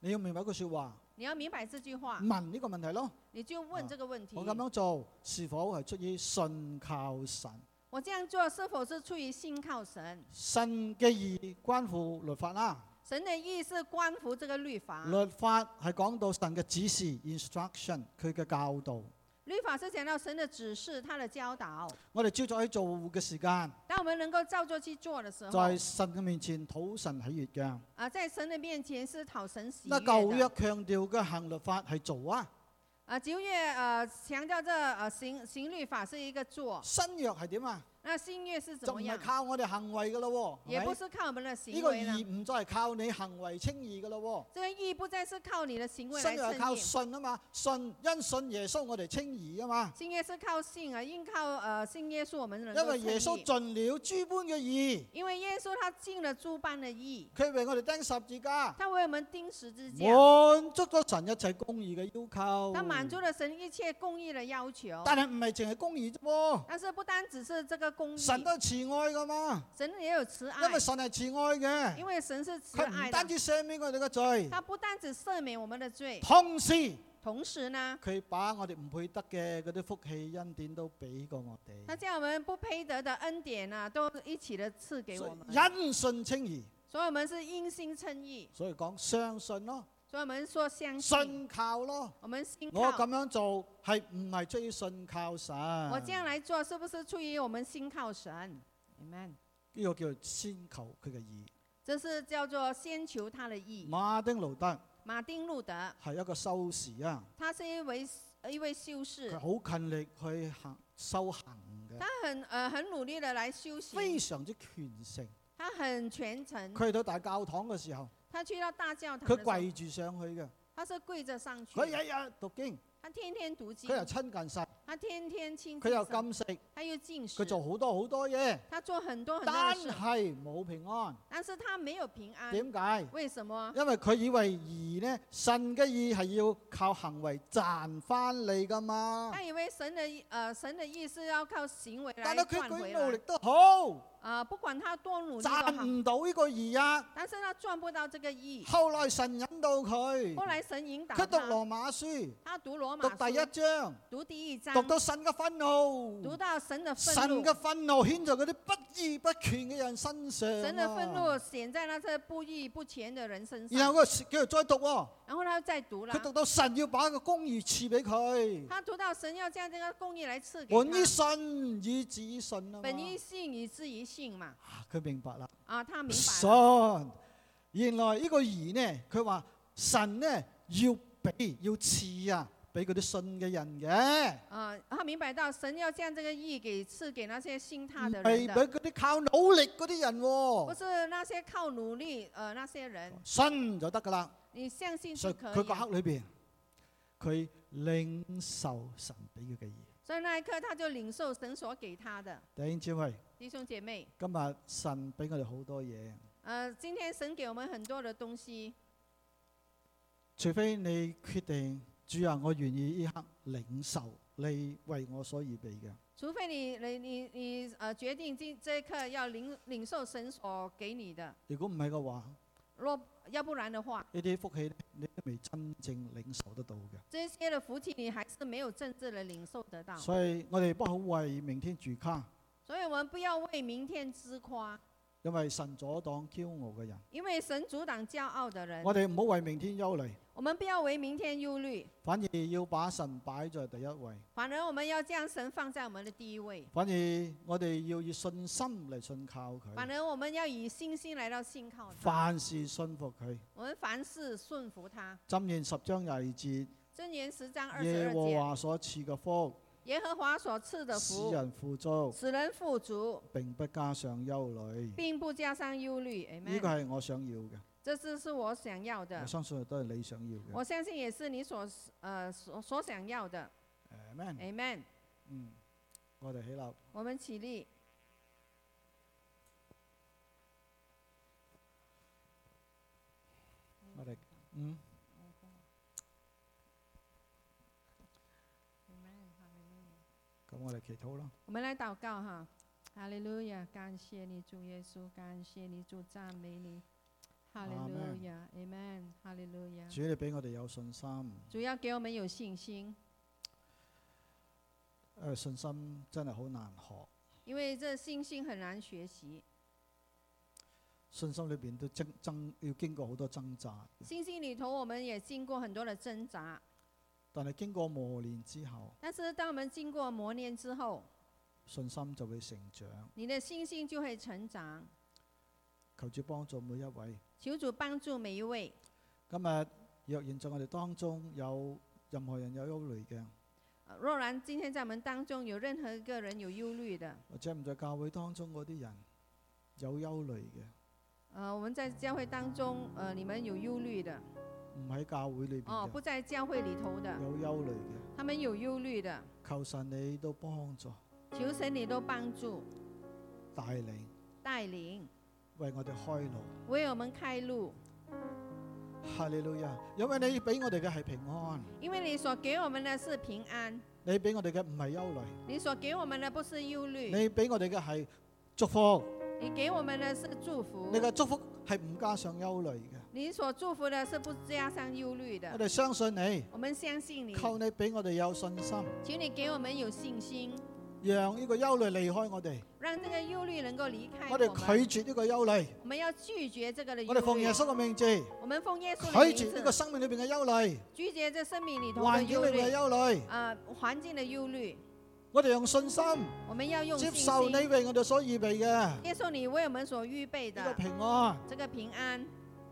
你要明白一句说話，
你要明白这句话，
問呢個問題咯。
你就問这个问题。
啊我咁樣做是否係出於信靠神？
我这样做是否是出于信靠神？
神嘅義關乎律法啦，
神的意是关乎这个律法，
律法係講到神嘅指示 （instruction），佢嘅教導。
律法是讲到神的指示，他的教导。
我哋朝早喺做嘅時間，
当我们能够照做去做的时
就
候，
係神嘅面前討神喜悦嘅。
啊，在神的面前是讨神喜悦
嗱，舊約
的。
強調嘅行律法係做啊，
啊，九月呃强调这呃行行律法是一个做，
新約係點啊？
那新月是哦怎
就唔
么
係
样？
靠我哋行為噶咯喎，
也不
係
是靠我们的
咪呢
行
個
为了
義，唔再係靠你行為稱義噶咯
这个义不再是靠你的行
喎，
为
新
来
約係
称
靠
义，
信啊嘛，信因信耶穌我哋稱義啊嘛，
新月是靠信啊，因靠呃信耶稣我们能
因
够
為耶
称
穌
义。
盡了諸般嘅義，
因为耶稣他尽了诸般的义，
佢為我哋釘十字架，
他为我们钉十字架，
滿足咗神一切公義嘅要求。
他满足了神一切公义的要求。
但係唔係淨係公義啫喎，
但是不单只是这个公义，
神都係慈愛噶嘛。
神也有慈爱
因，為神係慈愛嘅，
因为神是慈
佢
爱
唔單
的，
止赦免我哋嘅罪，
他不单只赦免我们的罪，
同時
同时呢，
佢把我哋唔配得嘅嗰啲福氣恩典都俾過我
他
哋。
将我们不配得的恩典呢、都一起的赐给
所
我
以
们。
因信稱義，
所以我们是因信称义，
所以講相信咯，
所以我们说相信，
信靠咯。
我们信
我咁
靠。
樣做係唔係出於信靠神？
我这样
呢
来做是不是出于我们信靠神？Amen。
個叫做先求佢嘅義。
这是叫做先求他的意。
馬丁路德
马丁路德
係一個修士啊，
他是一位呃一位修士
佢，好勤力去行修行嘅，
他很呃很努力的来修
非
行，
常之虔誠。
他很虔诚。
佢去到大教堂嘅時候，
他去到嗯大教堂
佢
的时候，
跪住上去嘅，
他是跪着上去
佢
的，
日日讀經。
他天天读经
佢，又親近神，
他天天亲
佢
近
又
神，
禁食，
他又进食
佢，做好多好多嘢，
他做很多很多
但
的事，
係冇平安。
但是他没有平安。
點解？
为什么？
因為佢以為義呢，神嘅義係要靠行為賺翻嚟噶嘛。
他以为神的意呃神的意思要靠行为来
但係佢
换回
佢努力
来，
都好，
啊、不管他多努力都
賺
好，
唔到呢個義啊。
但是他赚不到這個意。
後來神引導佢，
后來神引導
佢讀
他，
羅馬書，
他讀羅馬
讀第一
書，
章，
讀第一章
讀，到神嘅憤
讀
怒，
到神的
神
憤怒，
嘅憤怒牽在嗰啲不義不權嘅人身上啊。
神的憤怒顯在那些不義不前的人身
然
上。
後佢繼續再讀喎。
然後他再讀了
佢，讀到神要把個公義賜俾佢，
他讀到神要將這個公義來賜給
本於
他，
信以至於信啊嘛
本於信以至於信嘛。
啊佢明白啦，
啊，他明白
信
了。。
原來呢個義呢，佢話神呢要俾要賜啊，俾嗰啲信嘅人嘅，
啊，他明白到神要將這個義給賜給那些信他
唔
的
係
人
俾
的，
嗰啲靠努力嗰啲人
不
喎。
是那些靠努力呃那些人。
信就得噶啦，
你相信
所
就
以
可以
佢個
了。
刻裏邊，佢領受神俾佢嘅義。
所以那一刻他就領受神所給他的。
弟兄姊妹，
弟兄姐妹，
今日神俾我哋好多嘢。
呃，今天神给我们很多的东西，
除非你決定，主啊，我願意呢刻領受你為我所預備嘅。
除非你你你你呃决定今这一刻要领领受神所给你的，
如果唔係嘅話，
若要不然的话，
呢啲福氣呢你都未真正領受得到嘅。
这些的福气你还是没有真正的领受得到。
所以我哋不好為明天住卡，
所以我们不要为明天自夸，
因為神阻擋驕傲嘅人。
因为神阻擋驕傲的人。
我哋唔好為明天憂慮，
我们不要为明天忧虑，
反而要把神擺在第一位。
反而我们要将神放在我们的第一位。
反而我哋要以信心嚟信靠
反
佢，
而我们要以信心来到信靠他，
凡事信服佢。
我们凡事顺服他。
箴言十章廿二節，
箴言十章二十
耶
二
和
节，
華所賜嘅福，
耶和华所赐的
使
福，
人富足，
使人富足，
並不加上憂慮。
并不加上忧虑。
呢
Amen
個。係我想要嘅，
这次是我想要
我
的，
相信亦都係你想要嘅。
我相信也是你所呃所所想要的。
誒 man，
Amen。
嗯，我哋起立。
我们起立，
我哋嗯，咁我哋祈禱啦。
我们来祷告哈。哈利路亚，感谢你，主耶稣，感谢你，主赞美你。哈利路亚，Amen。哈利路亚。
主，你俾我哋有信心，誒、
主要给我们有信心，
呃信心真係好難學，
因为这信心很难学习，
信心裏邊都掙掙要經過好多掙扎，
信心里头我们也经過很多的挣扎，
但係經過磨練之後，
但是当我们经過磨练之后，
信心就會成長。
你的信心就会成长。
求主幫助每一位。
求主帮助每一位。
今日若然在我哋當中有任何人有憂慮嘅，
呃若然今天在我们当中有任何一个人有忧虑的，
或者唔在教會當中嗰啲人有憂慮嘅，
呃，我们在教会当中，呃，你们有忧虑的，
唔喺教會裏邊
哦，
嘅
不在教会里头的，
有憂慮嘅，
他们有忧虑的，
求神你都幫助
求神你都帮助
帶領，
带领，
為我哋開路。
为我们开路，
哈利路亞！因為你俾我哋嘅係平安，
因为你所给我们的是平安，
你俾我哋嘅唔係憂慮，
你所给我们的不是忧虑，
你俾我哋嘅係祝福。
你给我们的是祝福
你，嘅祝福係唔加上憂慮嘅。
你所祝福的是不加上忧虑
我
的。
哋相信你，
我们相信你，
求你俾我哋有信心，
求你给我们有信心，
讓呢個憂慮離開我哋。
让这个忧虑能够离开
我
我们。
哋拒絕呢個憂慮，
我们要拒绝这个的忧
我哋奉
虑
耶。穌嘅名字，
我们奉耶稣的名
拒絕呢個
字，
生命裏邊嘅憂慮，
拒绝这生命里头的
環境
忧
裏邊嘅
虑，
憂慮。
呃，环境的忧虑。
我哋用信心
我们要用
接
信
受
心
你為我哋所預備嘅呢
接受你为我们所预备
個
的
平安、
这个平安、哦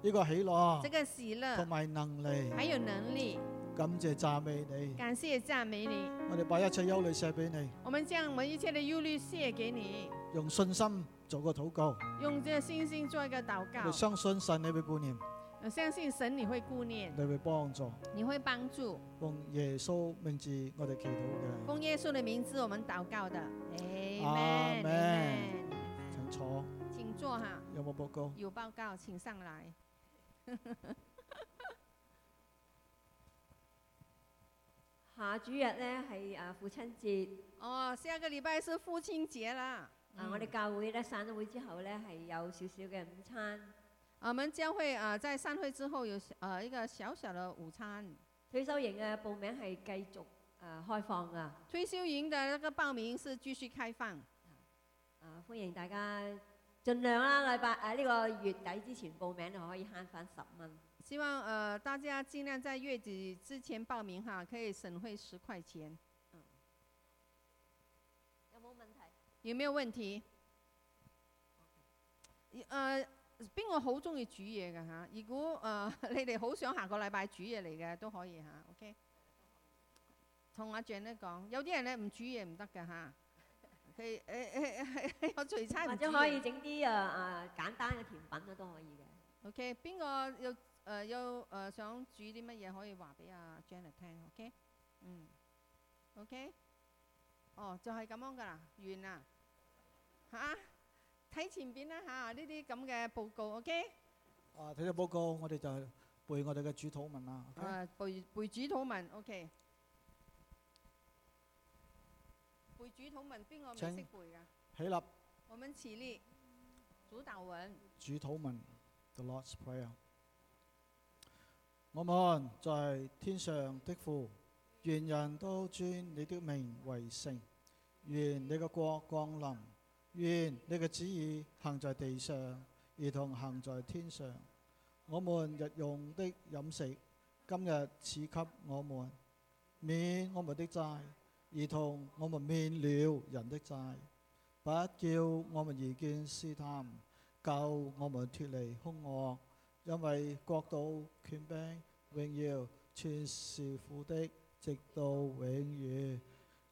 呢個喜
这
樂
个喜乐
同，埋能力。
还有能力。
感謝讚美你。
感谢赞美你，
我哋把一切憂慮卸俾你，
我们将我们一切的忧虑卸给你，
用信心做個禱告。
用这信心做一个祷
我
告
哋。相信神你會顧念，
我相信神你会顾念，
你會幫助。
你会帮助。
奉耶穌名字，我哋祈禱
奉耶稣的名字，我们祷告的。
Amen
Amen。Amen
嘅。請坐，
请坐哈，
有冇報告？
有报告请上来。
下主日咧係啊父親節，
哦，下个礼拜是父親節啦。
啊
嗯
我哋教會咧散咗會之後咧係有少少嘅午餐，
我们将会啊、呃在散会之后有呃一个小小的午餐。
退休營嘅報名係繼續啊開放噶，
退休营的那个报名是继续开放，
啊歡迎大家盡量啦，禮拜啊呢、個月底之前報名就可以慳翻十蚊。
希望呃大家尽量在月底之前报名哈，可以省会十块钱，
有冇問題？
有没有问题？呃，邊個好中意煮嘢嘅吓？如果呃 你哋好想下個禮拜煮嘢嚟嘅都可以吓，OK。同阿 j a n 講，有啲人咧唔煮嘢唔得嘅吓，佢呃誒誒有聚餐唔
或
煮
者可
嘢
以整啲啊啊簡單嘅甜品啊都可以嘅。
OK，邊個有誒、呃有誒、呃想煮啲乜嘢可以話俾阿 Janet 聽？OK，嗯，OK，哦，就係、咁樣噶啦，完啦嚇，睇、前邊啦嚇，呢啲咁嘅報告 OK，誒、
啊，睇咗報告，我哋就背我哋嘅主禱文啦。OK？
背背主禱文 OK，背主禱文邊個未
請
識背噶？
起立
我們起立，主導文。
主禱文，The Lord's Prayer。我們在天上的父，願人都尊你的名為聖，願你嘅國降臨，願你嘅旨意行在地上，如同行在天上。我們日用的飲食，今日賜給我們，免我們的債，如同我們免了人的債，不叫我們遇見試探。救我們脱離兇惡，因為國度、權柄、榮耀全是父的，直到永遠。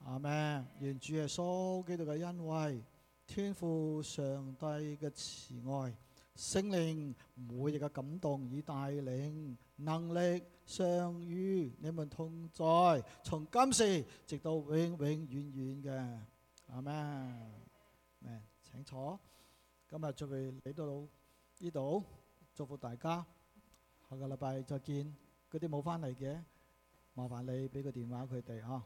阿咩？願主耶穌基督嘅恩惠、天父上帝嘅慈愛、聖靈每日嘅感動與帶領、能力常與你們同在，從今時直到永永遠遠嘅。阿咩？咩？請坐。今日聚會嚟到呢度，祝福大家。下個禮拜再見。嗰啲冇翻嚟嘅，麻煩你俾個電話佢哋嚇。